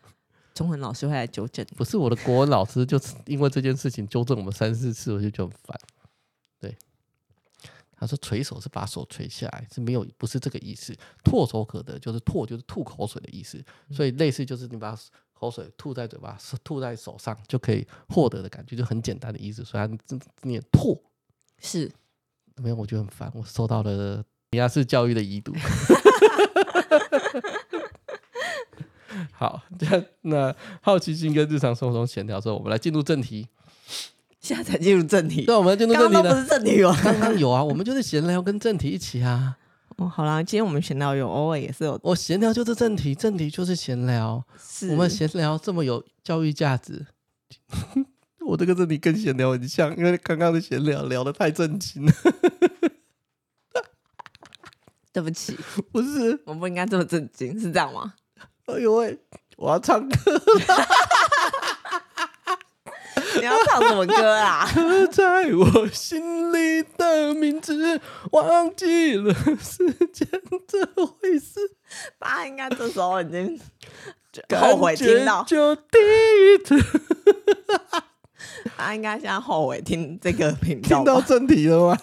Speaker 1: 中文老师会来纠正你。
Speaker 2: 不是我的国文老师，就是因为这件事情纠正我们三四次，我就觉得很烦。对，他说垂手是把手垂下来，是没有不是这个意思。唾手可得就是唾就是吐口水的意思，所以类似就是你把口水吐在嘴巴，是吐在手上就可以获得的感觉，就很简单的意思。所以他这念唾，
Speaker 1: 是，
Speaker 2: 没有我觉得很烦，我受到了尼亚式教育的遗毒。好，这样那好奇心跟日常生活中闲聊之后，我们来进入正题。
Speaker 1: *laughs* 现在才进入正题，
Speaker 2: 对，我们要进入
Speaker 1: 刚
Speaker 2: 正
Speaker 1: 刚
Speaker 2: 题
Speaker 1: 都不
Speaker 2: 了。
Speaker 1: 是正题哦。
Speaker 2: 刚刚有啊，我们就是闲聊跟正题一起啊。
Speaker 1: *laughs* 哦，好啦，今天我们闲聊有偶尔也是有
Speaker 2: 我闲聊就是正题，正题就是闲聊。
Speaker 1: 是，
Speaker 2: 我们闲聊这么有教育价值， *laughs* 我这个正题跟闲聊很像，因为刚刚的闲聊聊得太正经了。
Speaker 1: 对不起，
Speaker 2: 不是，
Speaker 1: *laughs* 我们不应该这么震惊，是这样吗？
Speaker 2: 哎呦喂，我要唱歌。
Speaker 1: *laughs* 你要唱什么歌啊？ *laughs*
Speaker 2: 刻在我心里的名字，忘记了时间这回事。
Speaker 1: 大家应该这时候已 *laughs* 经
Speaker 2: 感
Speaker 1: 后悔听到
Speaker 2: 觉，就第一次
Speaker 1: 大家应该现在后悔听这个频道
Speaker 2: 听到
Speaker 1: 吧。
Speaker 2: 正题了吗？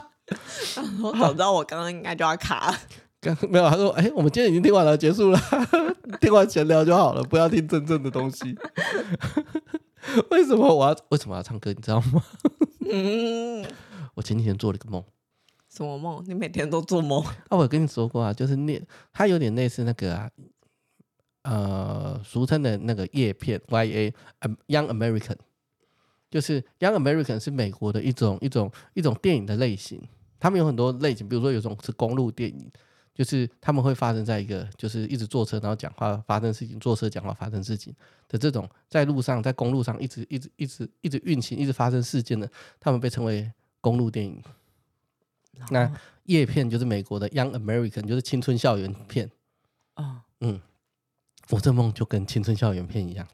Speaker 1: *laughs* 我早知道我刚刚应该就要卡了。
Speaker 2: 刚没有，他说：“哎、我们今天已经听完了，结束了， *laughs* 听完闲聊就好了，不要听真正的东西。” *laughs* 为什么我要为什么要唱歌？你知道吗？
Speaker 1: *laughs* 嗯，
Speaker 2: 我前几天做了一个梦，
Speaker 1: 什么梦？你每天都做梦？
Speaker 2: 啊，我有跟你说过啊，就是那它有点类似那个啊，呃，俗称的那个叶片 YA、嗯 Young American，就是 Young American 是美国的一种一种一种电影的类型，他们有很多类型，比如说有一种是公路电影。就是他们会发生在一个，就是一直坐车，然后讲话发生事情，坐车讲话发生事情的这种，在路上，在公路上一直一直一直一直运行，一直发生事件的，他们被称为公路电影。那叶片就是美国的 Young American，就是青春校园片。
Speaker 1: 哦，
Speaker 2: 我这梦就跟青春校园片一样，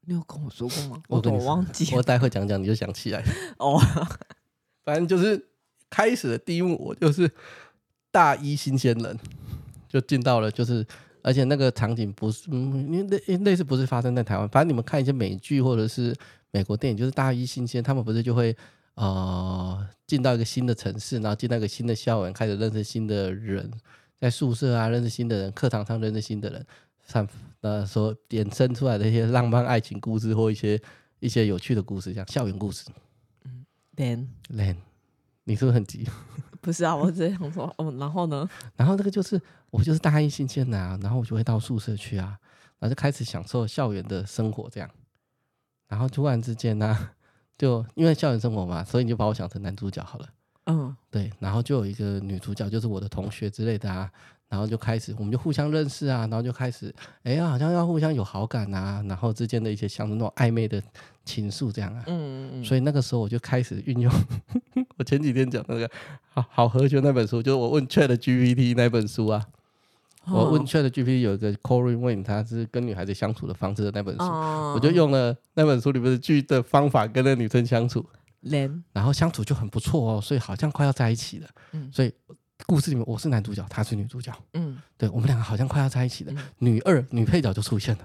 Speaker 1: 你有跟我说过吗？
Speaker 2: 我
Speaker 1: 我
Speaker 2: 跟
Speaker 1: 怎
Speaker 2: 你
Speaker 1: 么
Speaker 2: 说
Speaker 1: 忘记
Speaker 2: 我待会讲讲你就想起来。
Speaker 1: 哦，
Speaker 2: *laughs* 反正就是开始的第一幕，我就是大一新鲜人，就进到了就是，而且那个场景不是，嗯，因为类类似不是发生在台湾，反正你们看一些美剧或者是美国电影，就是大一新鲜，他们不是就会呃进到一个新的城市，然后进到一个新的校园，开始认识新的人，在宿舍啊认识新的人，课堂上认识新的人，散呃所衍生出来的一些浪漫爱情故事或一些一些有趣的故事，像校园故事。
Speaker 1: Ben，
Speaker 2: Len，你是不是很急？
Speaker 1: *laughs* 不是啊，我只是想说，哦，然后呢？
Speaker 2: 然后那个就是我就是大一新鲜的啊，然后我就会到宿舍去啊，然后就开始享受校园的生活这样。然后突然之间呢、 *laughs* 就因为校园生活嘛，所以你就把我想成男主角好了。
Speaker 1: 嗯，
Speaker 2: 对，然后就有一个女主角，就是我的同学之类的啊，然后就开始我们就互相认识啊，然后就开始哎呀，好像要互相有好感啊，然后之间的一些像那种暧昧的情愫这样啊。
Speaker 1: 嗯，
Speaker 2: 所以那个时候我就开始运用 *laughs* 我前几天讲那个好好和弦那本书，就是我问 Chat GPT 那本书啊，
Speaker 1: 哦
Speaker 2: 我问 Chat GPT 有一个 Corey Wayne，他是跟女孩子相处的方式的那本书，
Speaker 1: 哦，
Speaker 2: 我就用了那本书里面的句的方法跟那女生相处，
Speaker 1: Len，
Speaker 2: 然后相处就很不错哦，所以好像快要在一起了。
Speaker 1: 嗯
Speaker 2: 所以故事里面我是男主角，她是女主角，
Speaker 1: 嗯，
Speaker 2: 对我们两个好像快要在一起了。
Speaker 1: 嗯
Speaker 2: 女二女配角就出现了，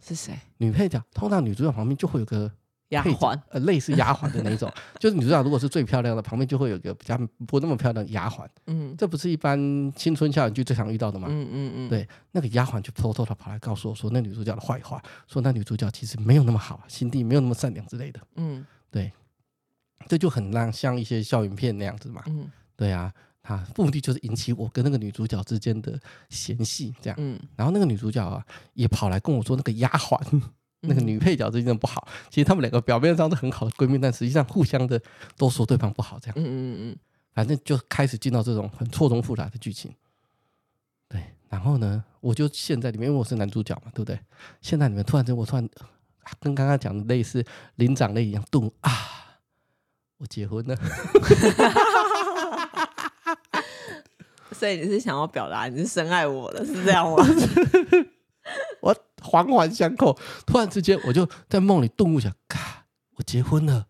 Speaker 1: 是谁？
Speaker 2: 女配角通常女主角旁边就会有个
Speaker 1: 丫
Speaker 2: 配角
Speaker 1: 鬟，
Speaker 2: 呃，类似丫鬟的那一
Speaker 1: *laughs*
Speaker 2: 种，就是女主角如果是最漂亮的，旁边就会有一个比较不那么漂亮的丫鬟，
Speaker 1: 嗯
Speaker 2: 这不是一般青春校园剧最常遇到的吗？
Speaker 1: 嗯嗯嗯，
Speaker 2: 对那个丫鬟就偷偷的跑来告诉我说，那女主角的坏话，说那女主角其实没有那么好，啊心地没有那么善良之类的，
Speaker 1: 嗯
Speaker 2: 这就很让像一些校园片那样子嘛。
Speaker 1: 嗯
Speaker 2: 对啊，她目的就是引起我跟那个女主角之间的嫌隙，这样。
Speaker 1: 嗯，
Speaker 2: 然后那个女主角啊，也跑来跟我说，那个丫鬟，
Speaker 1: 嗯
Speaker 2: 那个女配角之间的不好。其实她们两个表面上是很好的闺蜜，但实际上互相的都说对方不好，这样。
Speaker 1: 嗯，嗯嗯
Speaker 2: 反正就开始进到这种很错综复杂的剧情。对，然后呢，我就陷在里面，因为我是男主角嘛，对不对？陷在里面，突然间我突然、啊跟刚刚讲的类似灵长类一样，顿悟啊，我结婚了。 *laughs*
Speaker 1: 嗯，所以你是想要表达你是深爱我的，是这样
Speaker 2: *laughs*
Speaker 1: 吗？
Speaker 2: 我环环相扣。突然之间，我就在梦里顿悟想，嘎，我结婚了，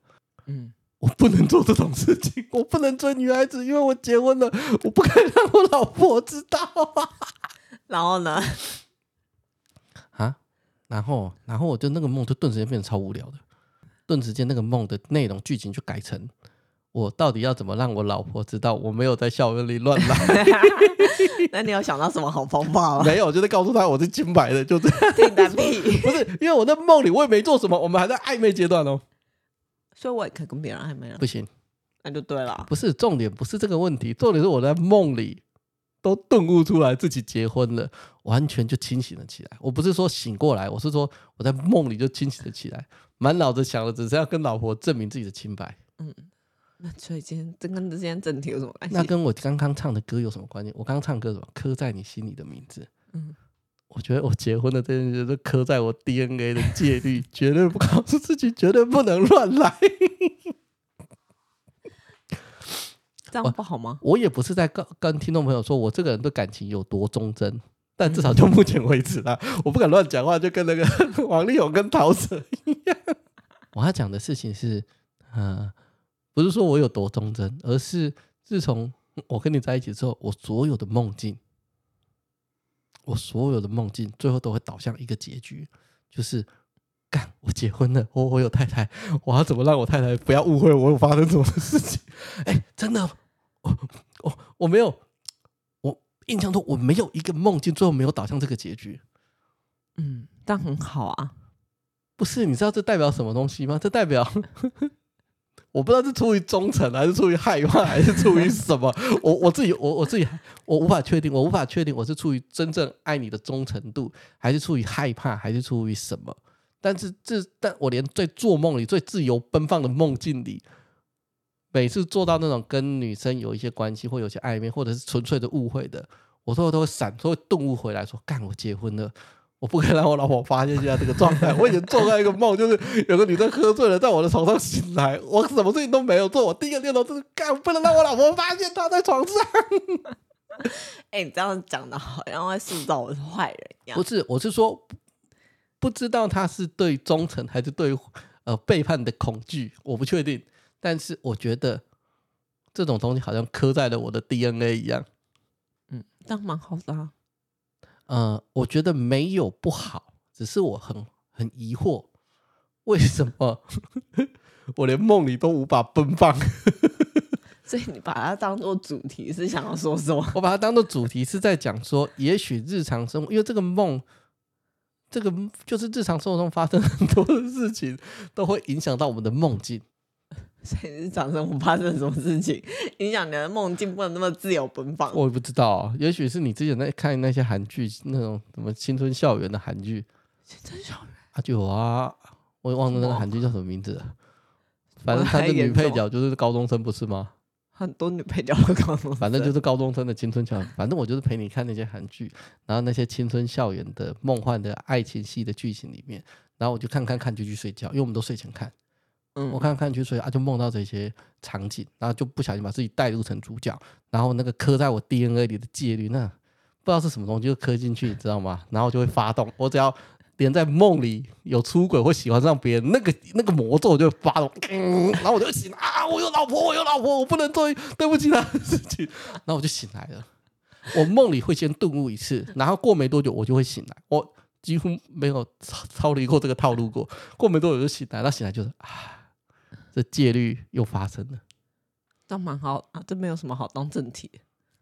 Speaker 1: 嗯，
Speaker 2: 我不能做这种事情， *laughs* 我不能追女孩子，因为我结婚了，我不该让我老婆知道啊。
Speaker 1: 然后
Speaker 2: *laughs*
Speaker 1: 呢？
Speaker 2: 啊，然后，然后我就那个梦就顿时间变得超无聊的，顿时间那个梦的内容剧情就改成。我到底要怎么让我老婆知道我没有在校园里乱 *laughs* 来？
Speaker 1: 那你有想到什么好方法吗？
Speaker 2: 没有，就是告诉她我是清白的，就 *laughs* 这样。
Speaker 1: 订单屁，
Speaker 2: 不是，因为我在梦里我也没做什么，我们还在暧昧阶段哦。
Speaker 1: *laughs* 所以我也可以跟别人暧昧啊
Speaker 2: 不，行，
Speaker 1: 那就对了。
Speaker 2: 不是重点，不是这个问题，重点是我在梦里都顿悟出来自己结婚了，完全就清醒了起来。我不是说醒过来，我是说我在梦里就清醒了起来，满脑子想的只是要跟老婆证明自己的清白。
Speaker 1: 嗯那所以今天这跟今天正题有什么关系
Speaker 2: 那？跟我刚刚唱的歌有什么关系？我刚刚唱歌什么？刻在你心里的名字。
Speaker 1: 嗯
Speaker 2: 我觉得我结婚的这件事，就刻在我 DNA 的戒律，绝对不 *laughs* 告诉自己，绝对不能乱来。
Speaker 1: 这样不好吗？
Speaker 2: 我也不是在跟跟听众朋友说我这个人对感情有多忠贞，但至少就目前为止 *laughs* 啦，我不敢乱讲话，就跟那个 *laughs* 王力宏跟陶喆一样。我要讲的事情是，呃，不是说我有多忠贞，而是自从 *laughs* 我跟你在一起之后，我所有的梦境，我所有的梦境最后都会导向一个结局，就是。干，我结婚了，我我有太太，我要怎么让我太太不要误会我有发生什么事情？ *laughs* 哎、真的，我我没有，我印象中我没有一个梦境最后没有导向这个结局。
Speaker 1: 嗯，这样很好啊。
Speaker 2: 不是，你知道这代表什么东西吗？这代表我不知道是出于忠诚，还是出于害怕，还是出于什么？我我自己，我我自己，我无法确定，我无法确定我是出于真正爱你的忠诚度，还是出于害怕，还是出于什么？但是这，但我连最做梦里最自由奔放的梦境里，每次做到那种跟女生有一些关系，或有些暧昧，或者是纯粹的误会的，我最后都会闪，都会顿悟回来说：“干，我结婚了。”我不可以让我老婆发现现在这个状态。我以前做过一个梦，就是有个女生喝醉了，在我的床上醒来，我什么事情都没有做，我第一个念头就是干，我不能让我老婆发现她在床上。
Speaker 1: 哎、你这样讲的好像在塑造我是坏人一样
Speaker 2: 不。是，我是说，不知道她是对忠诚还是对呃背叛的恐惧，我不确定。但是我觉得这种东西好像刻在了我的 DNA 一样。
Speaker 1: 嗯，这样蛮好的啊。
Speaker 2: 呃，我觉得没有不好，只是我很很疑惑，为什么 *laughs* 我连梦里都无法奔放？
Speaker 1: 所以你把它当做主题是想要说 *laughs* 什么？
Speaker 2: 我把它当做主题是在讲说，也许日常生活，因为这个梦，这个就是日常生活中发生很多的事情，都会影响到我们的梦境。
Speaker 1: 所以是掌声，我发生什么事情影响你的梦境，不能那么自由奔放。
Speaker 2: 我也不知道，也许是你之前在看那些韩剧，那种什么青春校园的韩剧
Speaker 1: 真小
Speaker 2: 啊，就有啊，我也忘了那个韩剧叫什么名字了。反正他
Speaker 1: 还
Speaker 2: 的女
Speaker 1: 严
Speaker 2: 配
Speaker 1: 重
Speaker 2: 角就是高中生，不是吗？
Speaker 1: 很多女配角都搞什么？
Speaker 2: 反正就是高中生的青春校园。反正我就是陪你看那些韩剧，然后那些青春校园的梦幻的爱情戏的剧情里面，然后我就看看看就去睡觉，因为我们都睡前看。
Speaker 1: 嗯
Speaker 2: 我看看去睡啊，就梦到这些场景，然后就不小心把自己带入成主角，然后那个刻在我 DNA 里的戒律，那不知道是什么东西就刻进去，你知道吗？然后就会发动，我只要连在梦里有出轨或喜欢上别人，那个那个魔咒就会发动，嗯然后我就醒了啊，我有老婆，我有老婆，我不能做对不起她的事情，然后我就醒来了。我梦里会先顿悟一次，然后过没多久我就会醒来，我几乎没有 *laughs* 超超离过这个套路过。过没多久就醒来，那醒来就是啊，这戒律又发生了。
Speaker 1: 这蛮好啊，这没有什么好当正题。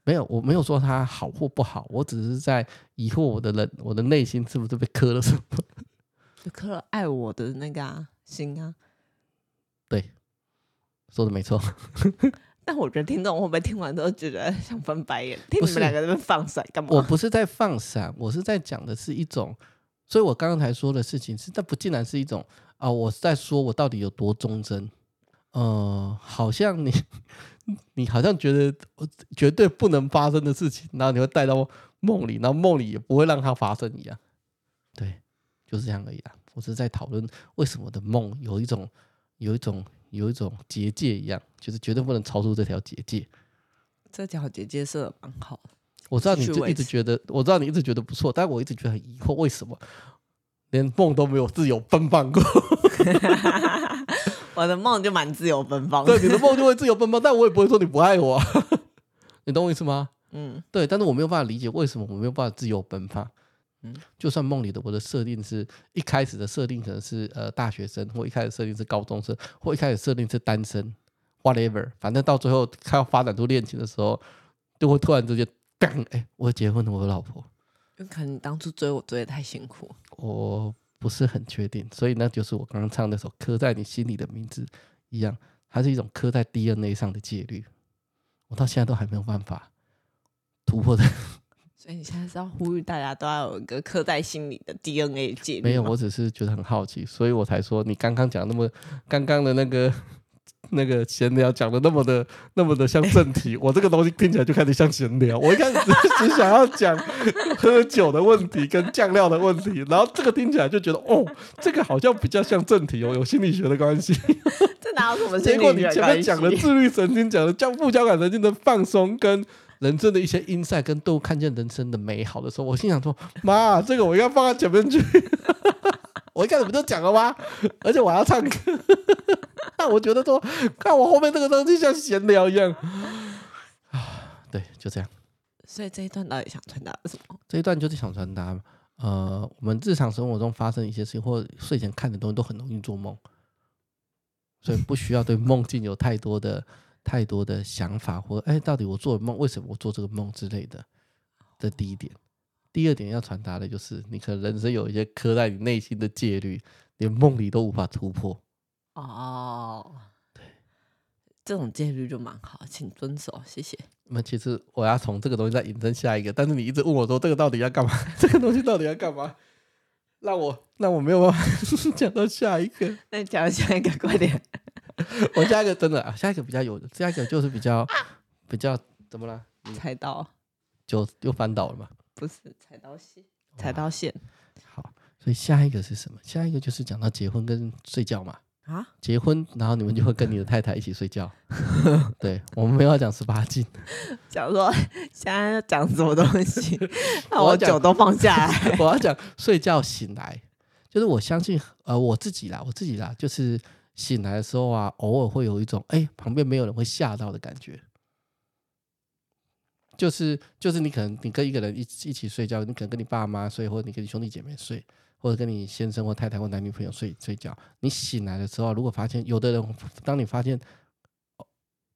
Speaker 2: 没有，我没有说它好或不好，我只是在疑惑我的人，我的内心是不是被磕了什么？ *laughs*
Speaker 1: 就刻了爱我的那个啊心啊，
Speaker 2: 说的没错，
Speaker 1: 但我觉得听众会不会听完之后觉得想翻白眼？听
Speaker 2: 不
Speaker 1: 你
Speaker 2: 是
Speaker 1: 们两个在那边放闪干嘛？
Speaker 2: 我不是在放闪，我是在讲的是一种，所以我刚刚才说的事情是，但不竟然是一种啊、我是在说我到底有多忠贞。呃，好像你，你好像觉得我绝对不能发生的事情，然后你会带到梦里，然后梦里也不会让它发生一样。对，就是这样而已啦。我是在讨论为什么我的梦有一种、有一种、有一种结界一样，就是绝对不能超出这条结界。
Speaker 1: 这条结界设的蛮好的，
Speaker 2: 我知道你
Speaker 1: 继续
Speaker 2: 就
Speaker 1: 维
Speaker 2: 一直
Speaker 1: 持
Speaker 2: 觉得，我知道你一直觉得不错，但我一直觉得很疑惑，为什么连梦都没有自由奔放过？
Speaker 1: 我的梦就蛮自由奔放的。
Speaker 2: *laughs* 对，你的梦就会自由奔放，但我也不会说你不爱我啊、 *laughs* 你懂我意思吗？
Speaker 1: 嗯，
Speaker 2: 对，但是我没有办法理解为什么我没有办法自由奔放。
Speaker 1: 嗯
Speaker 2: 就算梦里的我的设定是一开始的设定可能是呃大学生，或一开始设定是高中生，或一开始设定是单身，whatever，反正到最后开发展出恋情的时候，就会突然之间，砰哎、我结婚了，我有老婆。
Speaker 1: 有可能你当初追我追的太辛苦，
Speaker 2: 我不是很确定，所以那就是我刚刚唱那首《刻在你心里的名字》一样，它是一种刻在 DNA 上的戒律。我到现在都还没有办法突破的，
Speaker 1: 所以你现在是要呼吁大家都要有一个刻在心里的 DNA 戒律吗？ *laughs*
Speaker 2: 没有，我只是觉得很好奇，所以我才说你刚刚讲那么刚刚的那个那个闲聊讲的那么的那么的像正题，我这个东西听起来就开始像闲聊。我一开始只只想要讲喝酒的问题跟酱料的问题，然后这个听起来就觉得哦，这个好像比较像正题哦，有心理学的关系。
Speaker 1: 这哪有什么
Speaker 2: 结
Speaker 1: 心
Speaker 2: 果
Speaker 1: 理学
Speaker 2: 你前
Speaker 1: 关
Speaker 2: 面
Speaker 1: 系
Speaker 2: 讲的自律神经，讲的交副交感神经的放松，跟人生的一些 insight，跟动物看见人生的美好的时候，我心想说：妈，这个我应该放在前面去。 *laughs* 我一开始不就讲了吗？而且我还要唱歌。 *laughs* 但我觉得说，看我后面这个东西像闲聊一样。 *sighs* 啊，对，就这样。
Speaker 1: 所以这一段到底想传达的是什么？
Speaker 2: 这一段就是想传达，呃，我们日常生活中发生一些事情，或睡前看的东西，都很容易做梦，所以不需要对梦境有太多的、太多的想法，或哎，到底我做的梦为什么我做这个梦之类的。这第一点，第二点要传达的就是，你可能人生有一些刻在你内心的戒律，连梦里都无法突破。
Speaker 1: 哦，对，这种戒律就蛮好，请遵守，谢谢。
Speaker 2: 那其实我要从这个东西再引申下一个，但是你一直问我说这个到底要干嘛？ *laughs* 这个东西到底要干嘛？让我让我没有办法 *laughs* 讲到下一个，
Speaker 1: 那你讲下一个，快 *laughs* 点。
Speaker 2: 我下一个真的啊，下一个比较有，下一个就是比较比较怎么了？
Speaker 1: 猜到
Speaker 2: 就又翻倒了嘛。
Speaker 1: 不是踩到线，踩到线
Speaker 2: 好，所以下一个是什么？下一个就是讲到结婚跟睡觉嘛。
Speaker 1: *laughs* 啊！
Speaker 2: 结婚，然后你们就会跟你的太太一起睡觉。 *laughs* 对，我们没有要讲十八禁，
Speaker 1: 想说现在要讲什么东
Speaker 2: *laughs*
Speaker 1: 西，那
Speaker 2: 我要
Speaker 1: 我
Speaker 2: 讲
Speaker 1: 酒都放下来。
Speaker 2: *laughs* 我要讲睡觉醒来，就是我相信呃我自己啦，我自己啦，就是醒来的时候啊，偶尔会有一种哎、旁边没有人会吓到的感觉。就是就是你可能你跟一个人一起一起睡觉，你可能跟你爸妈睡，或者你跟你兄弟姐妹睡，或者跟你先生或太太或男女朋友睡睡觉。你醒来的时候啊，如果发现有的人，当你发现哦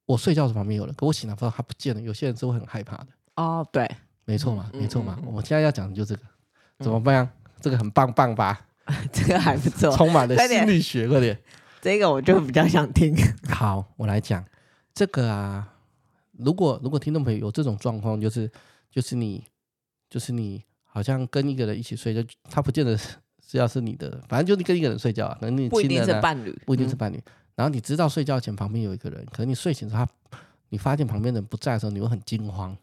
Speaker 2: 我睡觉的时候旁边有人，可我醒来发现他不见了，有些人是会很害怕的。
Speaker 1: 哦，对，
Speaker 2: 没错嘛，
Speaker 1: 嗯
Speaker 2: 没错嘛，
Speaker 1: 嗯嗯嗯
Speaker 2: 我现在要讲的就这个，怎么办？这个很棒棒吧？
Speaker 1: 这个还不错。
Speaker 2: 充满了
Speaker 1: 快
Speaker 2: 心
Speaker 1: 点 *laughs*
Speaker 2: 理学，快点！
Speaker 1: 这个我就比较想听。
Speaker 2: 好，我来讲这个啊。如果如果听众朋友有这种状况，就是就是你就是你好像跟一个人一起睡，就他不见得是是要是你的，反正就是跟一个人睡觉啊，可能你
Speaker 1: 不一
Speaker 2: 亲
Speaker 1: 定
Speaker 2: 人
Speaker 1: 是
Speaker 2: 啊
Speaker 1: 伴侣，
Speaker 2: 不一定是
Speaker 1: 嗯
Speaker 2: 伴侣。然后你知道睡觉前旁边有一个人，可是你睡醒之后他，你发现旁边的人不在的时候，你会很惊慌的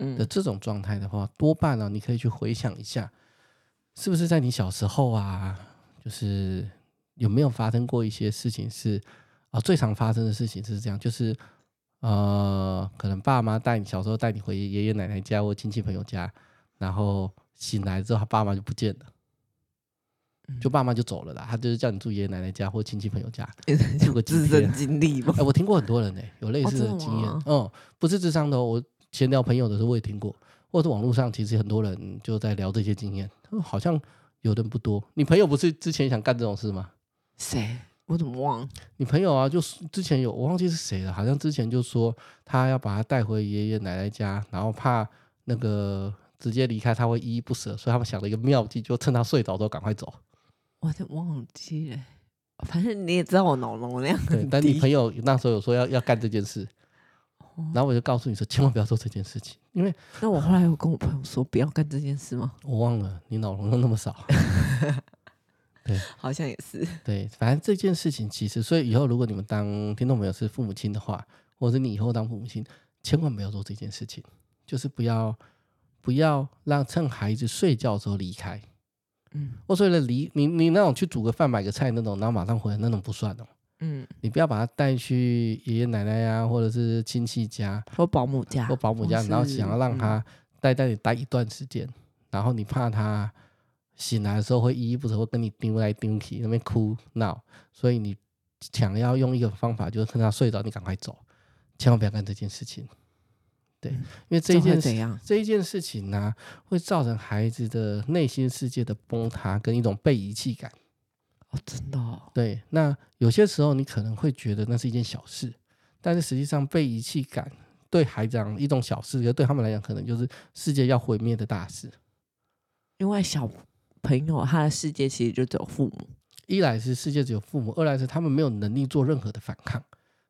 Speaker 1: 嗯，
Speaker 2: 这种状态的话，多半呢、你可以去回想一下，是不是在你小时候啊，就是有没有发生过一些事情是啊、最常发生的事情是这样，就是呃，可能爸妈带你小时候带你回爷爷奶奶家或亲戚朋友家，然后醒来之后，他爸妈就不见了。就爸妈就走了啦，他就是叫你住爷爷奶奶家或亲戚朋友家，
Speaker 1: *laughs*
Speaker 2: 住个几
Speaker 1: 自身
Speaker 2: 天
Speaker 1: 经历嘛
Speaker 2: *laughs* 哎、。我听过很多人呢、有类
Speaker 1: 哦
Speaker 2: 似
Speaker 1: 真的
Speaker 2: 的经验。
Speaker 1: 吗
Speaker 2: 嗯，不是智商的、哦，我闲聊朋友的时候我也听过，或者是网络上其实很多人就在聊这些经验，嗯好像有的人不多。你朋友不是之前想干这种事吗？
Speaker 1: 谁？我怎么忘了？
Speaker 2: 你朋友啊，就是之前有我忘记是谁了，好像之前就说他要把他带回爷爷奶奶家，然后怕那个直接离开他会依依不舍，所以他们想了一个妙计，就趁他睡着之后赶快走。
Speaker 1: 我怎么忘记了？ *laughs* 反正你也知道我脑容量
Speaker 2: 对，
Speaker 1: *laughs* 很
Speaker 2: 但你
Speaker 1: 低
Speaker 2: 朋。友那时候有说要要干这件事，
Speaker 1: 哦
Speaker 2: 然后我就告诉你说千万不要做这件事情，因为
Speaker 1: *laughs* 那我后来有跟我朋友说不要干这件事吗？
Speaker 2: 我忘了你脑容量那么少。
Speaker 1: 好像也是。
Speaker 2: 对，反正这件事情其实，所以以后如果你们当听众朋友是父母亲的话，或者是你以后当父母亲，千万不要做这件事情，就是不要不要让趁孩子睡觉的时候离开。
Speaker 1: 嗯
Speaker 2: 或是为了离你你那种去煮个饭买个菜那种，然后马上回来那种不算哦。
Speaker 1: 嗯，
Speaker 2: 你不要把他带去爷爷奶奶呀、或者是亲戚家，
Speaker 1: 说保姆家，
Speaker 2: 或保姆家，
Speaker 1: 或
Speaker 2: 然后
Speaker 1: 是嗯
Speaker 2: 想要让他待在你待一段时间，然后你怕他醒来的时候会依依不舍，会跟你丢来丢去，那边哭闹，所以你想要用一个方法，就是趁他睡着，你赶快走，千万不要干这件事情。对，因为这一
Speaker 1: 就嗯会
Speaker 2: 件
Speaker 1: 怎
Speaker 2: 事，
Speaker 1: 样？
Speaker 2: 这一件事情呢、啊会造成孩子的内心世界的崩塌跟一种被遗弃感。
Speaker 1: 哦，真的哦，
Speaker 2: 对，那有些时候你可能会觉得那是一件小事，但是实际上被遗弃感对孩子讲一种小事，可对他们来讲可能就是世界要毁灭的大事。
Speaker 1: 因为小朋友他的世界其实就只有父母。
Speaker 2: 一来是世界只有父母，二来是他们没有能力做任何的反抗，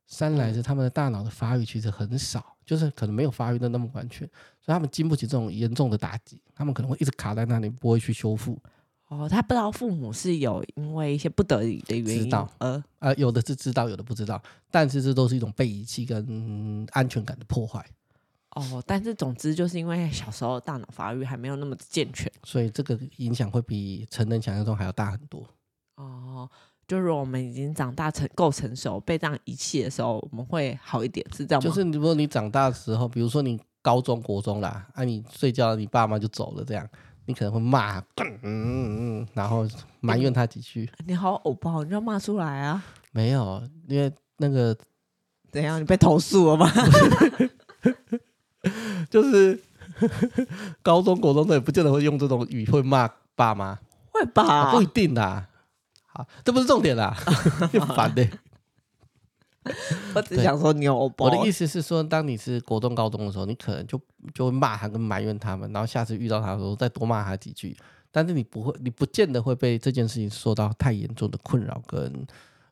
Speaker 2: 三来是他们的大脑的发育其实很少，就是可能没有发育的那么完全，所以他们经不起这种严重的打击，他们可能会一直卡在那里，不会去修复。
Speaker 1: 哦，他不知道父母是有因为一些不得已的原
Speaker 2: 知
Speaker 1: 因
Speaker 2: 道
Speaker 1: 而
Speaker 2: 啊，有的是知道，有的不知道，但是这都是一种被遗弃跟安全感的破坏。
Speaker 1: 哦，但是总之就是因为小时候大脑发育还没有那么健全
Speaker 2: 所以这个影响会比成人想象中还要大很多。
Speaker 1: 哦。就是我们已经长大成够成熟，被这样遗弃的时候，我们会好一点，是这样吗？
Speaker 2: 就是如果你长大的时候，比如说你高中国中啦，啊，你睡觉你爸妈就走了，这样你可能会骂，嗯嗯嗯，然后埋怨他几 *laughs* 句。
Speaker 1: 你好偶包，你就骂出来啊！
Speaker 2: 没有，因为那个
Speaker 1: 怎样？你被投诉了吗？
Speaker 2: *laughs* 就是 *laughs* 高中国中的也不见得会用这种语会骂爸妈，
Speaker 1: *laughs* 会吧？
Speaker 2: 啊不一定啦。好，这不是重点 *laughs* 啦，就烦的、
Speaker 1: 我只
Speaker 2: 对
Speaker 1: 想说你有偶包。
Speaker 2: 我的意思是说，当你是国中、高中的时候，你可能就就会骂他跟埋怨他们，然后下次遇到他的时候再多骂他几句。但是你不会，你不见得会被这件事情受到太严重的困扰，跟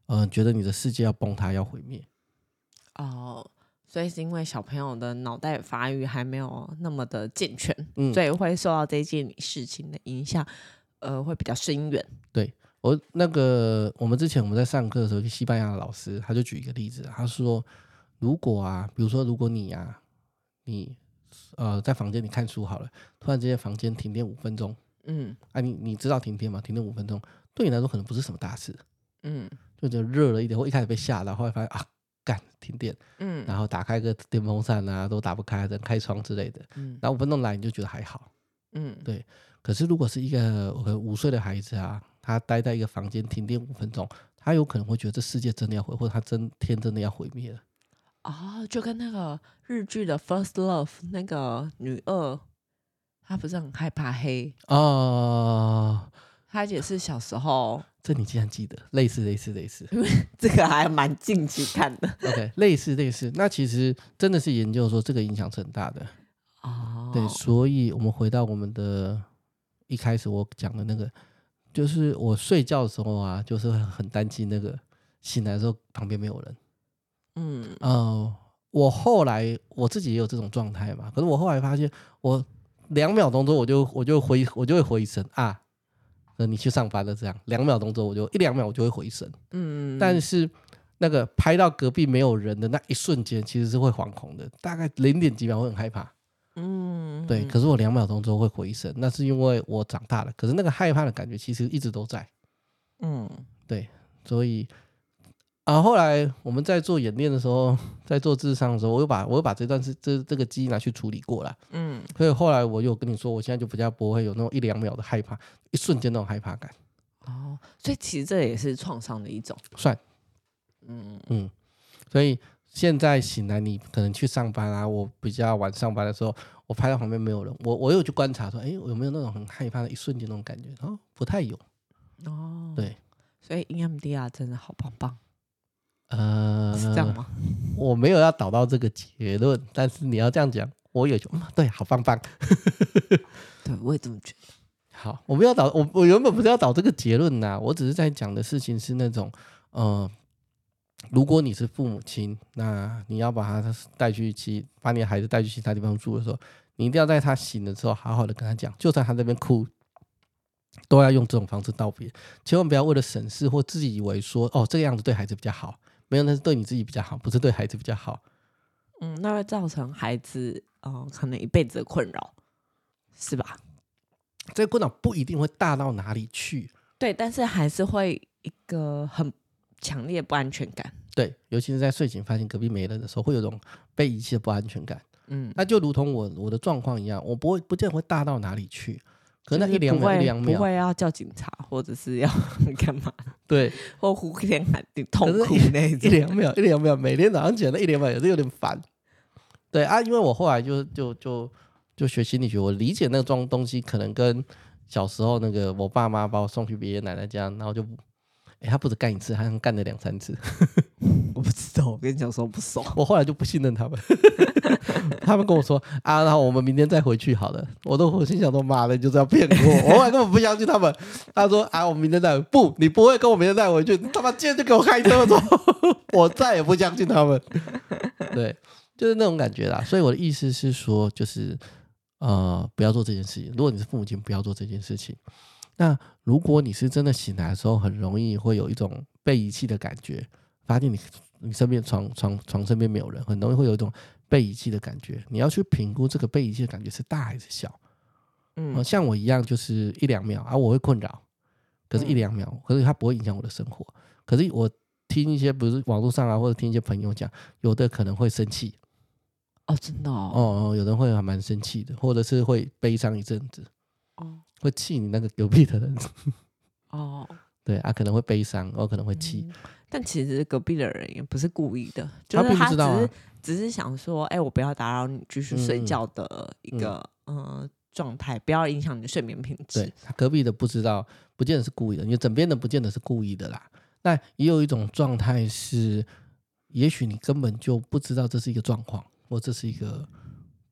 Speaker 2: 呃觉得你的世界要崩塌、要毁灭。
Speaker 1: 哦，所以是因为小朋友的脑袋发育还没有那么的健全，
Speaker 2: 嗯
Speaker 1: 所以会受到这件事情的影响，呃，会比较深远。
Speaker 2: 我那个我们之前我们在上课的时候，一个西班牙的老师他就举一个例子，他说如果啊，比如说如果你啊，你呃在房间里看书好了，突然之间房间停电五分钟，
Speaker 1: 嗯
Speaker 2: 啊你你知道停电吗？停电五分钟对你来说可能不是什么大事，
Speaker 1: 嗯
Speaker 2: 就觉得热了一点，或一开始被吓到，后来发现啊，干停电，
Speaker 1: 嗯
Speaker 2: 然后打开个电风扇啊都打不开，只能开窗之类的，
Speaker 1: 嗯
Speaker 2: 然后五分钟来你就觉得还好。
Speaker 1: 嗯
Speaker 2: 对可是如果是一个可能五岁的孩子啊，他待在一个房间停电五分钟，他有可能会觉得这世界真的要毁，或者他真天真的要毁灭了。
Speaker 1: 哦，就跟那个日剧的《First Love》那个女二，她不是很害怕黑，
Speaker 2: 哦，
Speaker 1: 她也是小时候，
Speaker 2: 这你竟然记得，类似类似类 *laughs* 似
Speaker 1: *laughs* 这个还蛮近期看的。
Speaker 2: ，OK，类似类似。那其实真的是研究说这个影响是很大的。
Speaker 1: 哦，
Speaker 2: 对，所以我们回到我们的一开始我讲的那个，就是我睡觉的时候啊，就是会很担心那个醒来的时候旁边没有人。
Speaker 1: 嗯，
Speaker 2: 呃，我后来我自己也有这种状态嘛，可是我后来发现，我两秒钟之后我就我就回我就会回神啊，呃，你去上班了这样，两秒钟之后我就一两秒我就会回神，
Speaker 1: 嗯，
Speaker 2: 但是那个拍到隔壁没有人的那一瞬间，其实是会惶恐的，大概零点几秒会很害怕，
Speaker 1: 嗯，
Speaker 2: 对，可是我两秒钟之后会回神，那是因为我长大了，可是那个害怕的感觉其实一直都在。
Speaker 1: 嗯，
Speaker 2: 所以啊，后来我们在做演练的时候，在做智商的时候，我又把我又把这段是这这个记忆拿去处理过了。
Speaker 1: 嗯
Speaker 2: 所以后来我又跟你说，我现在就比较不会有那种一两秒的害怕，一瞬间那种害怕感。
Speaker 1: 哦，所以其实这也是创伤的一种，
Speaker 2: 算，
Speaker 1: 嗯
Speaker 2: 嗯，所以现在醒来，你可能去上班啊，我比较晚上班的时候，我拍到旁边没有人，我我有去观察说，哎，有没有那种很害怕的一瞬间那种感觉？然后不太有。
Speaker 1: 哦，
Speaker 2: 对，
Speaker 1: 所以 E EMDR 真的好棒棒，
Speaker 2: 呃，
Speaker 1: 是这样吗？
Speaker 2: 我没有要导到这个结论，啊但是你要这样讲，我也觉得、嗯、对，好棒棒。
Speaker 1: 对，我也这么觉得。
Speaker 2: 好，我们要导我我原本不是要导这个结论呐、我只是在讲的事情是那种，呃，如果你是父母亲，那你要把他带去其把你的孩子带去其他地方住的时候，你一定要在他醒的时候好好的跟他讲，就算他在那边哭， *laughs* 都要用这种方式道别，千万不要为了省事或自己以为说哦这个样子对孩子比较好，没有那是对你自己比较好，不是对孩子比较好。
Speaker 1: 嗯，那会造成孩子哦、可能一辈子的困扰，是吧？
Speaker 2: 这个困扰不一定会大到哪里去，
Speaker 1: 对，但是还是会一个很强烈不安全感。
Speaker 2: 对，尤其是在睡醒发现隔壁没人的时候，会有种被遗弃的不安全感。
Speaker 1: 嗯，
Speaker 2: 那就如同我我的状况一样，我不会不见得会大到哪里去，可能那
Speaker 1: 就
Speaker 2: 一
Speaker 1: 是
Speaker 2: 两
Speaker 1: 不
Speaker 2: 秒一
Speaker 1: 会
Speaker 2: 两
Speaker 1: 不
Speaker 2: 秒，
Speaker 1: 会要叫警察，或者是要 *laughs* 干嘛，
Speaker 2: 对，
Speaker 1: 或呼天喊地痛
Speaker 2: 可是
Speaker 1: 苦那 *laughs* 一
Speaker 2: 一
Speaker 1: 种。
Speaker 2: 两秒一两秒，每天早上起来那一两秒也是有点烦。对啊，因为我后来就就就就学心理学，我理解那个装东西可能跟小时候那个我爸妈把我送去爷爷奶奶家，然后就，哎，他不止干一次，他干了两三次。
Speaker 1: 我不知道，我跟你讲说我不熟。
Speaker 2: 我后来就不信任他们， *laughs* 他们跟我说啊，然后我们明天再回去好了。我都我心想说，妈的，你就是要骗我！我后来根本不相信他们。他说啊，我们明天再回不，你不会跟我明天再回去，你他妈今天就给我开车走！我再也不相信他们。对，就是那种感觉啦。所以我的意思是说，就是呃，不要做这件事情。如果你是父母亲，不要做这件事情。那如果你是真的醒来的时候，很容易会有一种被遗弃的感觉，发现你你身边床床床身边没有人，很容易会有一种被遗弃的感觉。你要去评估这个被遗弃的感觉是大还是小。呃
Speaker 1: 嗯
Speaker 2: 像我一样，就是一两秒啊，我会困扰，可是，一
Speaker 1: 嗯
Speaker 2: 两秒，可是它不会影响我的生活。可是我听一些，不是网络上啊，或者听一些朋友讲，有的可能会生气，
Speaker 1: 哦，真的哦，
Speaker 2: 哦，有人会还蛮生气的，或者是会悲伤一阵子，
Speaker 1: 哦
Speaker 2: 会气你那个隔壁的人， *laughs*
Speaker 1: 哦，
Speaker 2: 对啊，可能会悲伤，我可能会气，
Speaker 1: 嗯但其实隔壁的人也不是故意的，就
Speaker 2: 他
Speaker 1: 是
Speaker 2: 并
Speaker 1: 他
Speaker 2: 不知
Speaker 1: 只
Speaker 2: 道啊
Speaker 1: 是只是想说，哎、我不要打扰你继续睡
Speaker 2: 嗯嗯嗯
Speaker 1: 觉的一个呃状态，不要影响你的睡眠品质
Speaker 2: 对。，他隔壁的不知道，不见得是故意的，因为枕边的不见得是故意的啦。那也有一种状态是，也许你根本就不知道这是一个状况，或这是一个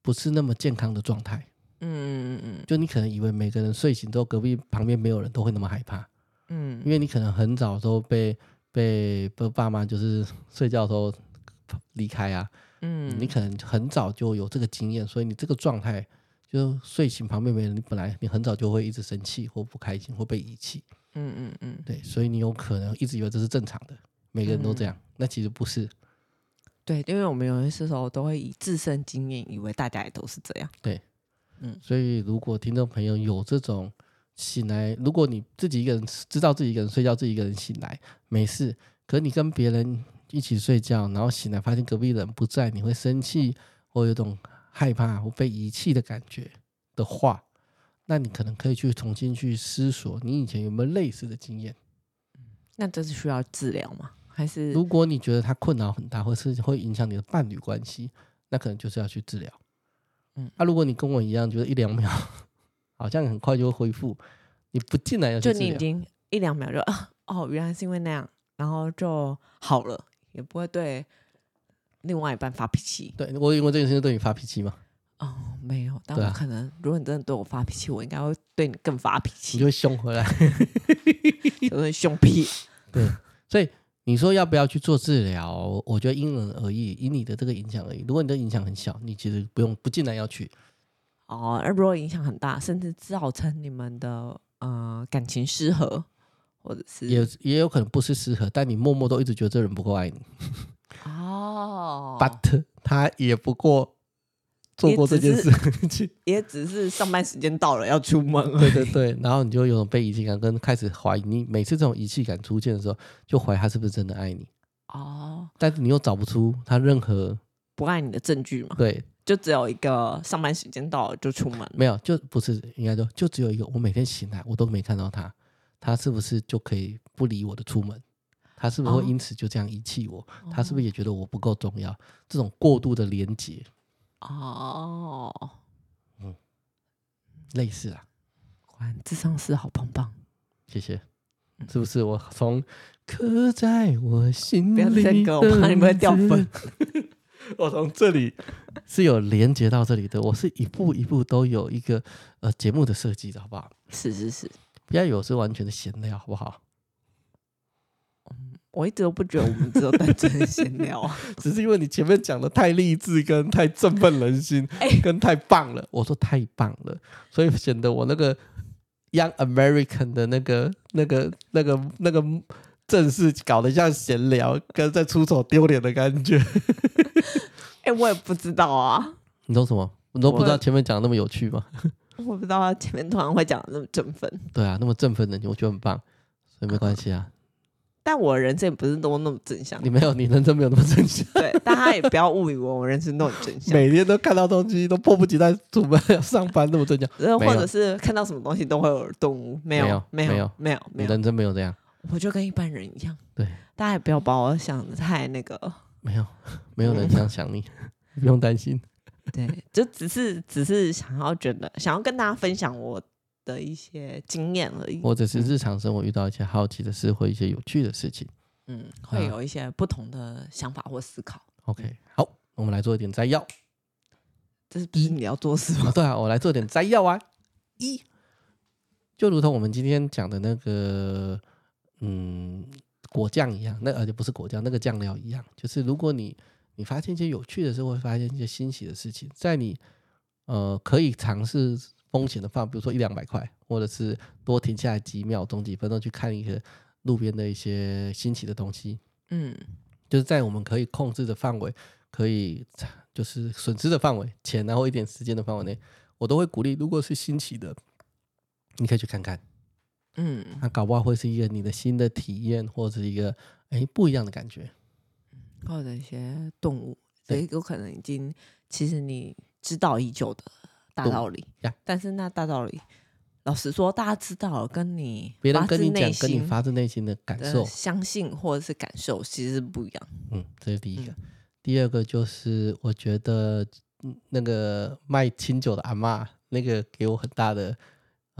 Speaker 2: 不是那么健康的状态。
Speaker 1: 嗯嗯
Speaker 2: 就你可能以为每个人睡醒之后，隔壁旁边没有人都会那么害怕，
Speaker 1: 嗯嗯，
Speaker 2: 因为你可能很早都被被被爸妈就是 *laughs* 睡觉的时候离开啊，
Speaker 1: 嗯
Speaker 2: 你可能很早就有这个经验，所以你这个状态就睡醒旁边没人，你本来你很早就会一直生气或不开心或被遗弃，
Speaker 1: 嗯嗯嗯，
Speaker 2: 对，所以你有可能一直以为这是正常的，每个人都这样，那其实不是，
Speaker 1: 对，因为我们有些时候都会以自身经验，以为大家也都是这样。
Speaker 2: 所以如果听众朋友有这种醒来，如果你自己一个人知道自己一个人睡觉，自己一个人醒来没事，可你跟别人一起睡觉，然后醒来发现隔壁人不在，你会生气或有种害怕或被遗弃的感觉的话，那你可能可以去重新去思索，你以前有没有类似的经验？
Speaker 1: 那这是需要治疗吗？还是
Speaker 2: 如果你觉得它困扰很大，或是会影响你的伴侣关系，那可能就是要去治疗。
Speaker 1: 嗯
Speaker 2: 嗯，啊，如果你跟我一样，觉得一两秒 *laughs* 好像很快就会恢复，你不进来要去
Speaker 1: 就
Speaker 2: 治
Speaker 1: 你已
Speaker 2: 疗，
Speaker 1: 经一两秒就啊哦，原来是因为那样，然后就好了，也不会对另外一半发脾气。
Speaker 2: 对我因为这件事情对你发脾气 *laughs* 嘛，
Speaker 1: 哦，没有，但
Speaker 2: 对
Speaker 1: 我
Speaker 2: 啊
Speaker 1: 可能，如果你真的对我发脾气，我应该会对你更发脾
Speaker 2: 你就
Speaker 1: 气，
Speaker 2: 会凶回来。
Speaker 1: 就是凶屁。
Speaker 2: 所以 *laughs* 你说要不要去做治疗？我觉得因人而异，以你的这个影响而已。如果你的影响很小，你其实不用不尽然要去。
Speaker 1: 哦，而如果影响很大，甚至造成你们的呃感情失和，或者是
Speaker 2: 也也有可能不是适合，但你默默都一直觉得这人不够爱你。
Speaker 1: 哦
Speaker 2: But 他也不过做过这件事 *laughs* 情，
Speaker 1: 也只是上班时间到了要出门 *laughs* 而
Speaker 2: 对
Speaker 1: 已。
Speaker 2: 对对，然后你就有种被遗弃感，跟开始怀疑。你每次这种遗弃感出现的时候，就怀疑他是不是真的爱你，
Speaker 1: 哦，
Speaker 2: 但是你又找不出他任何
Speaker 1: 不爱你的证据嘛，
Speaker 2: 对，
Speaker 1: 就只有一个上班时间到了就出门了。
Speaker 2: 没有，就不是应该说，就只有一个，我每天醒来我都没看到他，他是不是就可以不理我的出门？他是不是会
Speaker 1: 哦
Speaker 2: 因此就这样遗弃我？
Speaker 1: 哦
Speaker 2: 他是不是也觉得我不够重要？这种过度的连结，
Speaker 1: 哦，
Speaker 2: 类似啊，
Speaker 1: 果然智商是好棒棒，
Speaker 2: 谢谢，
Speaker 1: 嗯
Speaker 2: 是不是？我从刻在我心
Speaker 1: 不
Speaker 2: 里
Speaker 1: 要再歌，
Speaker 2: 的
Speaker 1: 我怕你们会掉粉。
Speaker 2: *laughs* 我从这里是有连接到这里的，我是一步一步都有一个呃节目的设计的，好不好？
Speaker 1: 是是是，
Speaker 2: 不要有是完全的闲聊，好不好？
Speaker 1: 我一直都不觉得我们只有单纯闲聊啊。 *laughs*
Speaker 2: 只是因为你前面讲的太励志，跟太振奋人心，
Speaker 1: *laughs* 哎
Speaker 2: 跟太棒了。我说太棒了，所以显得我那个 Young American 的那个、那个、那个、那个正式搞得像闲聊，跟在出丑丢脸的感觉。 *laughs*
Speaker 1: 哎、我也不知道啊，
Speaker 2: 你懂什么？你都不知
Speaker 1: 我
Speaker 2: 道前面讲的那么有趣吗？
Speaker 1: 我不知道前面突然会讲得那么振奋，
Speaker 2: 对啊，那么振奋人心，我觉得很棒，所以没关系啊。
Speaker 1: 但我人生也不是都那么正向
Speaker 2: 你。没有，你人生没有那么正向，
Speaker 1: 对，大家也不要误以为我人生都很正向，
Speaker 2: 每天都看到东西都迫不及待准备 *laughs* 要上班，那么正向。
Speaker 1: 然后
Speaker 2: 没有
Speaker 1: 呃或者是看到什么东西都会有动物，没
Speaker 2: 没
Speaker 1: 有
Speaker 2: 有，
Speaker 1: 没有，没有，没
Speaker 2: 你
Speaker 1: 有，
Speaker 2: 人生没有这样，
Speaker 1: 我就跟一般人一样。
Speaker 2: 对，
Speaker 1: 大家也不要把我想的太那个，
Speaker 2: 没有，没有人这样想你， *laughs* 不用担心。
Speaker 1: 对， *laughs* 就只是只是想要觉得想要跟大家分享我的一些经验而已。
Speaker 2: 或者是日常生活遇到一些好奇的事或一些有趣的事情。
Speaker 1: 嗯，
Speaker 2: 啊
Speaker 1: 会有一些不同的想法或思考。
Speaker 2: OK，好，我们来做一点摘要。
Speaker 1: 这是不是你要做的事吗
Speaker 2: 啊？对啊，我来做点摘要啊。一，就如同我们今天讲的那个，嗯，果酱一样，那而且不是果酱，那个酱料一样，就是如果你你发现一些有趣的事，或发现一些新奇的事情，在你呃可以尝试风险的范围，比如说一两百块，或者是多停下来几秒钟、几分钟去看一个路边的一些新奇的东西，
Speaker 1: 嗯，
Speaker 2: 就是在我们可以控制的范围，可以就是损失的范围，钱然后一点时间的范围内，我都会鼓励。如果是新奇的，你可以去看看，
Speaker 1: 嗯，
Speaker 2: 那搞不好会是一个你的新的体验，或者是一个哎不一样的感觉。
Speaker 1: 或者一些动物，
Speaker 2: 对
Speaker 1: 也有可能已经其实你知道已久的大
Speaker 2: 动物
Speaker 1: 道理
Speaker 2: 呀，
Speaker 1: 但是那大道理，老实说，大家知道了跟你
Speaker 2: 别人
Speaker 1: 发
Speaker 2: 跟
Speaker 1: 自
Speaker 2: 你
Speaker 1: 内
Speaker 2: 讲，跟你
Speaker 1: 心
Speaker 2: 发自内心的感
Speaker 1: 的
Speaker 2: 受，
Speaker 1: 相信或者是感受，其实是不一样。
Speaker 2: 嗯，这是第一个。
Speaker 1: 嗯
Speaker 2: 第二个就是我觉得嗯那个卖清酒的阿嬷，那个给我很大的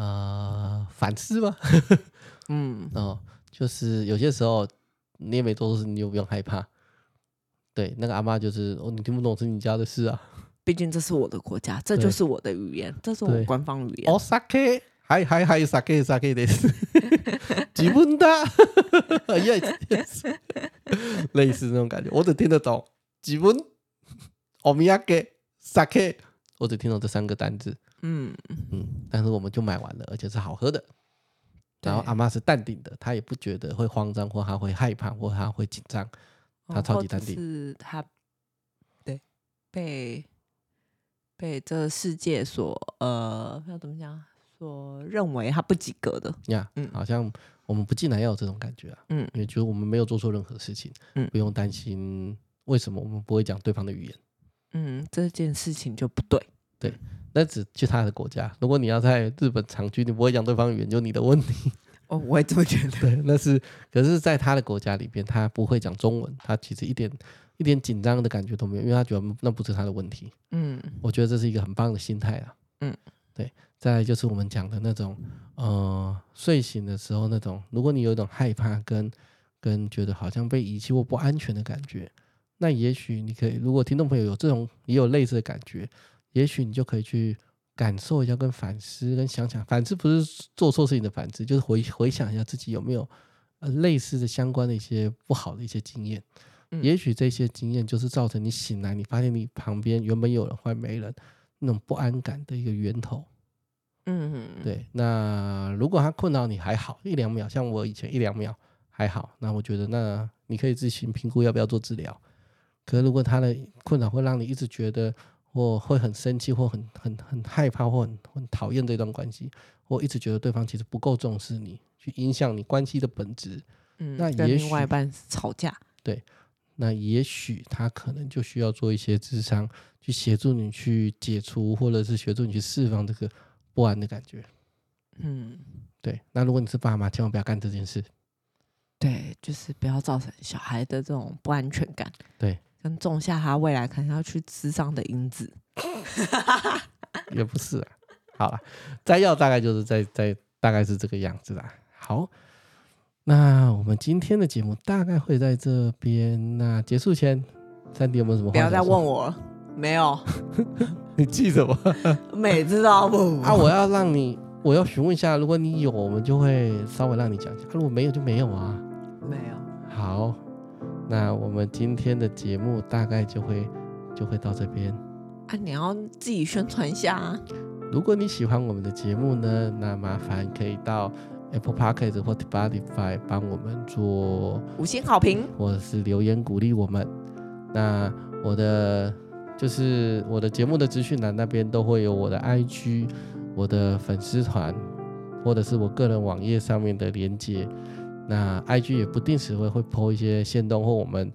Speaker 2: 呃反思吧。
Speaker 1: 嗯，
Speaker 2: 哦，就是有些时候你也没做错事，你就不用害怕。对，那个阿妈就是哦，你听不懂是你家的事啊。
Speaker 1: 毕竟这是我的国家，这
Speaker 2: 对
Speaker 1: 就是我的语言，这是我
Speaker 2: 对
Speaker 1: 官方语言。
Speaker 2: 哦，sake，还还还 sake sake 的是，吉本的，yes yes，类似那种感觉，我只听得懂吉本，o m i y a e sake，我只听懂这三个单字。
Speaker 1: 嗯，
Speaker 2: 嗯，但是我们就买完了，而且是好喝的。然后
Speaker 1: 对
Speaker 2: 阿妈是淡定的，她也不觉得会慌张，或她会害怕，或她会紧张。他
Speaker 1: 哦
Speaker 2: 超
Speaker 1: 或
Speaker 2: 级
Speaker 1: 者
Speaker 2: 淡定
Speaker 1: 是他对被被这个世界所呃要怎么讲所认为他不及格的，
Speaker 2: 呀、
Speaker 1: 嗯
Speaker 2: 好像我们不进来要有这种感觉啊，
Speaker 1: 嗯
Speaker 2: 因为就是我们没有做错任何事情，
Speaker 1: 嗯
Speaker 2: 不用担心为什么我们不会讲对方的语言，
Speaker 1: 嗯，这件事情就不对，
Speaker 2: 那只去他的国家。如果你要在日本长居，你不会讲对方语言，就你的问题。 *laughs*
Speaker 1: 哦，我也这么觉得，
Speaker 2: 对，那是可是，在他的国家里边，他不会讲中文，他其实一点一点紧张的感觉都没有，因为他觉得那不是他的问题。
Speaker 1: *laughs* 嗯
Speaker 2: 我觉得这是一个很棒的心态啊。
Speaker 1: 嗯，
Speaker 2: 对。再来就是我们讲的那种，呃，睡醒的时候那种，如果你有一种害怕跟跟觉得好像被遗弃或不安全的感觉，那也许你可以，如果听众朋友有这种也有类似的感觉，也许你就可以去感受一下跟反思，跟想想反思不是做错事情的反思，就是回回想一下自己有没有呃类似的相关的一些不好的一些经验。
Speaker 1: 嗯
Speaker 2: 也许这些经验就是造成你醒来，你发现你旁边原本有人，后来没人，那种不安感的一个源头。
Speaker 1: 嗯，
Speaker 2: 对，那如果它困扰你还好一两秒，像我以前一两秒还好，那我觉得那你可以自行评估要不要做治疗。可是如果它的困扰会让你一直觉得我会很生气，或很很很害怕，或很很讨厌这段关系，或一直觉得对方其实不够重视你，去影响你关系的本质，
Speaker 1: 嗯，
Speaker 2: 那
Speaker 1: 跟
Speaker 2: 也
Speaker 1: 另外一
Speaker 2: 许
Speaker 1: 半吵架，
Speaker 2: 那也许他可能就需要做一些智商去协助你去解除，或者是协助你去释放这个不安的感觉。
Speaker 1: 嗯，
Speaker 2: 对，那如果你是爸妈，千万不要干这件事。
Speaker 1: 对，就是不要造成小孩的这种不安全感，
Speaker 2: 对，
Speaker 1: 跟种下他未来可能要去智商的因
Speaker 2: *laughs*
Speaker 1: 子。
Speaker 2: 也不是、啊。好了，摘要大概就是在在大概是这个样子啦。好，那我们今天的节目大概会在这边。那结束前，三弟有没有什么话？
Speaker 1: 不要再问，我了，没有，
Speaker 2: *laughs* 你记什
Speaker 1: *laughs*
Speaker 2: 么
Speaker 1: 每次都要问
Speaker 2: 啊？
Speaker 1: 我。
Speaker 2: 我要让你，我要询问一下，如果你有，我们就会稍微让你讲一下；啊如果没有，就没有啊。
Speaker 1: 没有，
Speaker 2: 好，那我们今天的节目大概就会就会到这边。
Speaker 1: 啊，你要自己宣传一下啊。
Speaker 2: 如果你喜欢我们的节目呢，那麻烦可以到 Apple Podcast 或 Spotify 帮我们做，
Speaker 1: 五星好评， *laughs*
Speaker 2: 或者是留言鼓励我们。那我的就是我的节目的资讯栏那边都会有我的 IG、我的粉丝团，或者是我个人网页上面的连接。那 IG 也不定时会会 po 一些线动或我们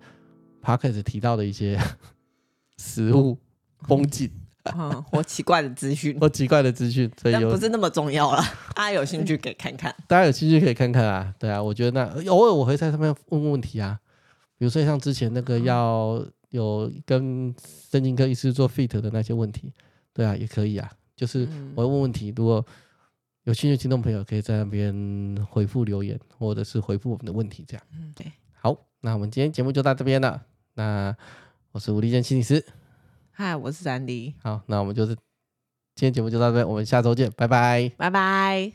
Speaker 2: Podcast 提到的一些 *laughs* 食物、风景
Speaker 1: 嗯，或奇怪的资讯，
Speaker 2: 或奇怪的资讯，所以
Speaker 1: 但
Speaker 2: 有
Speaker 1: 不是那么重要了，大家有兴趣可以看看。
Speaker 2: 大家有兴趣可以看看啊。对啊，我觉得那偶尔我会在上面问问题啊，比如说像之前那个要有跟神经科医师做 fit 的那些问题，对啊，也可以啊。就是
Speaker 1: 嗯
Speaker 2: 我会问问题，如果有兴趣的听众朋友可以在那边回复留言，或者是回复我们的问题，这样。
Speaker 1: 嗯，对，
Speaker 2: 好，那我们今天节目就到这边了。那我是吴立健心理师，
Speaker 1: 嗨，我是三迪，
Speaker 2: 好，那我们就是今天节目就到这边，我们下周见，拜拜。
Speaker 1: 拜拜。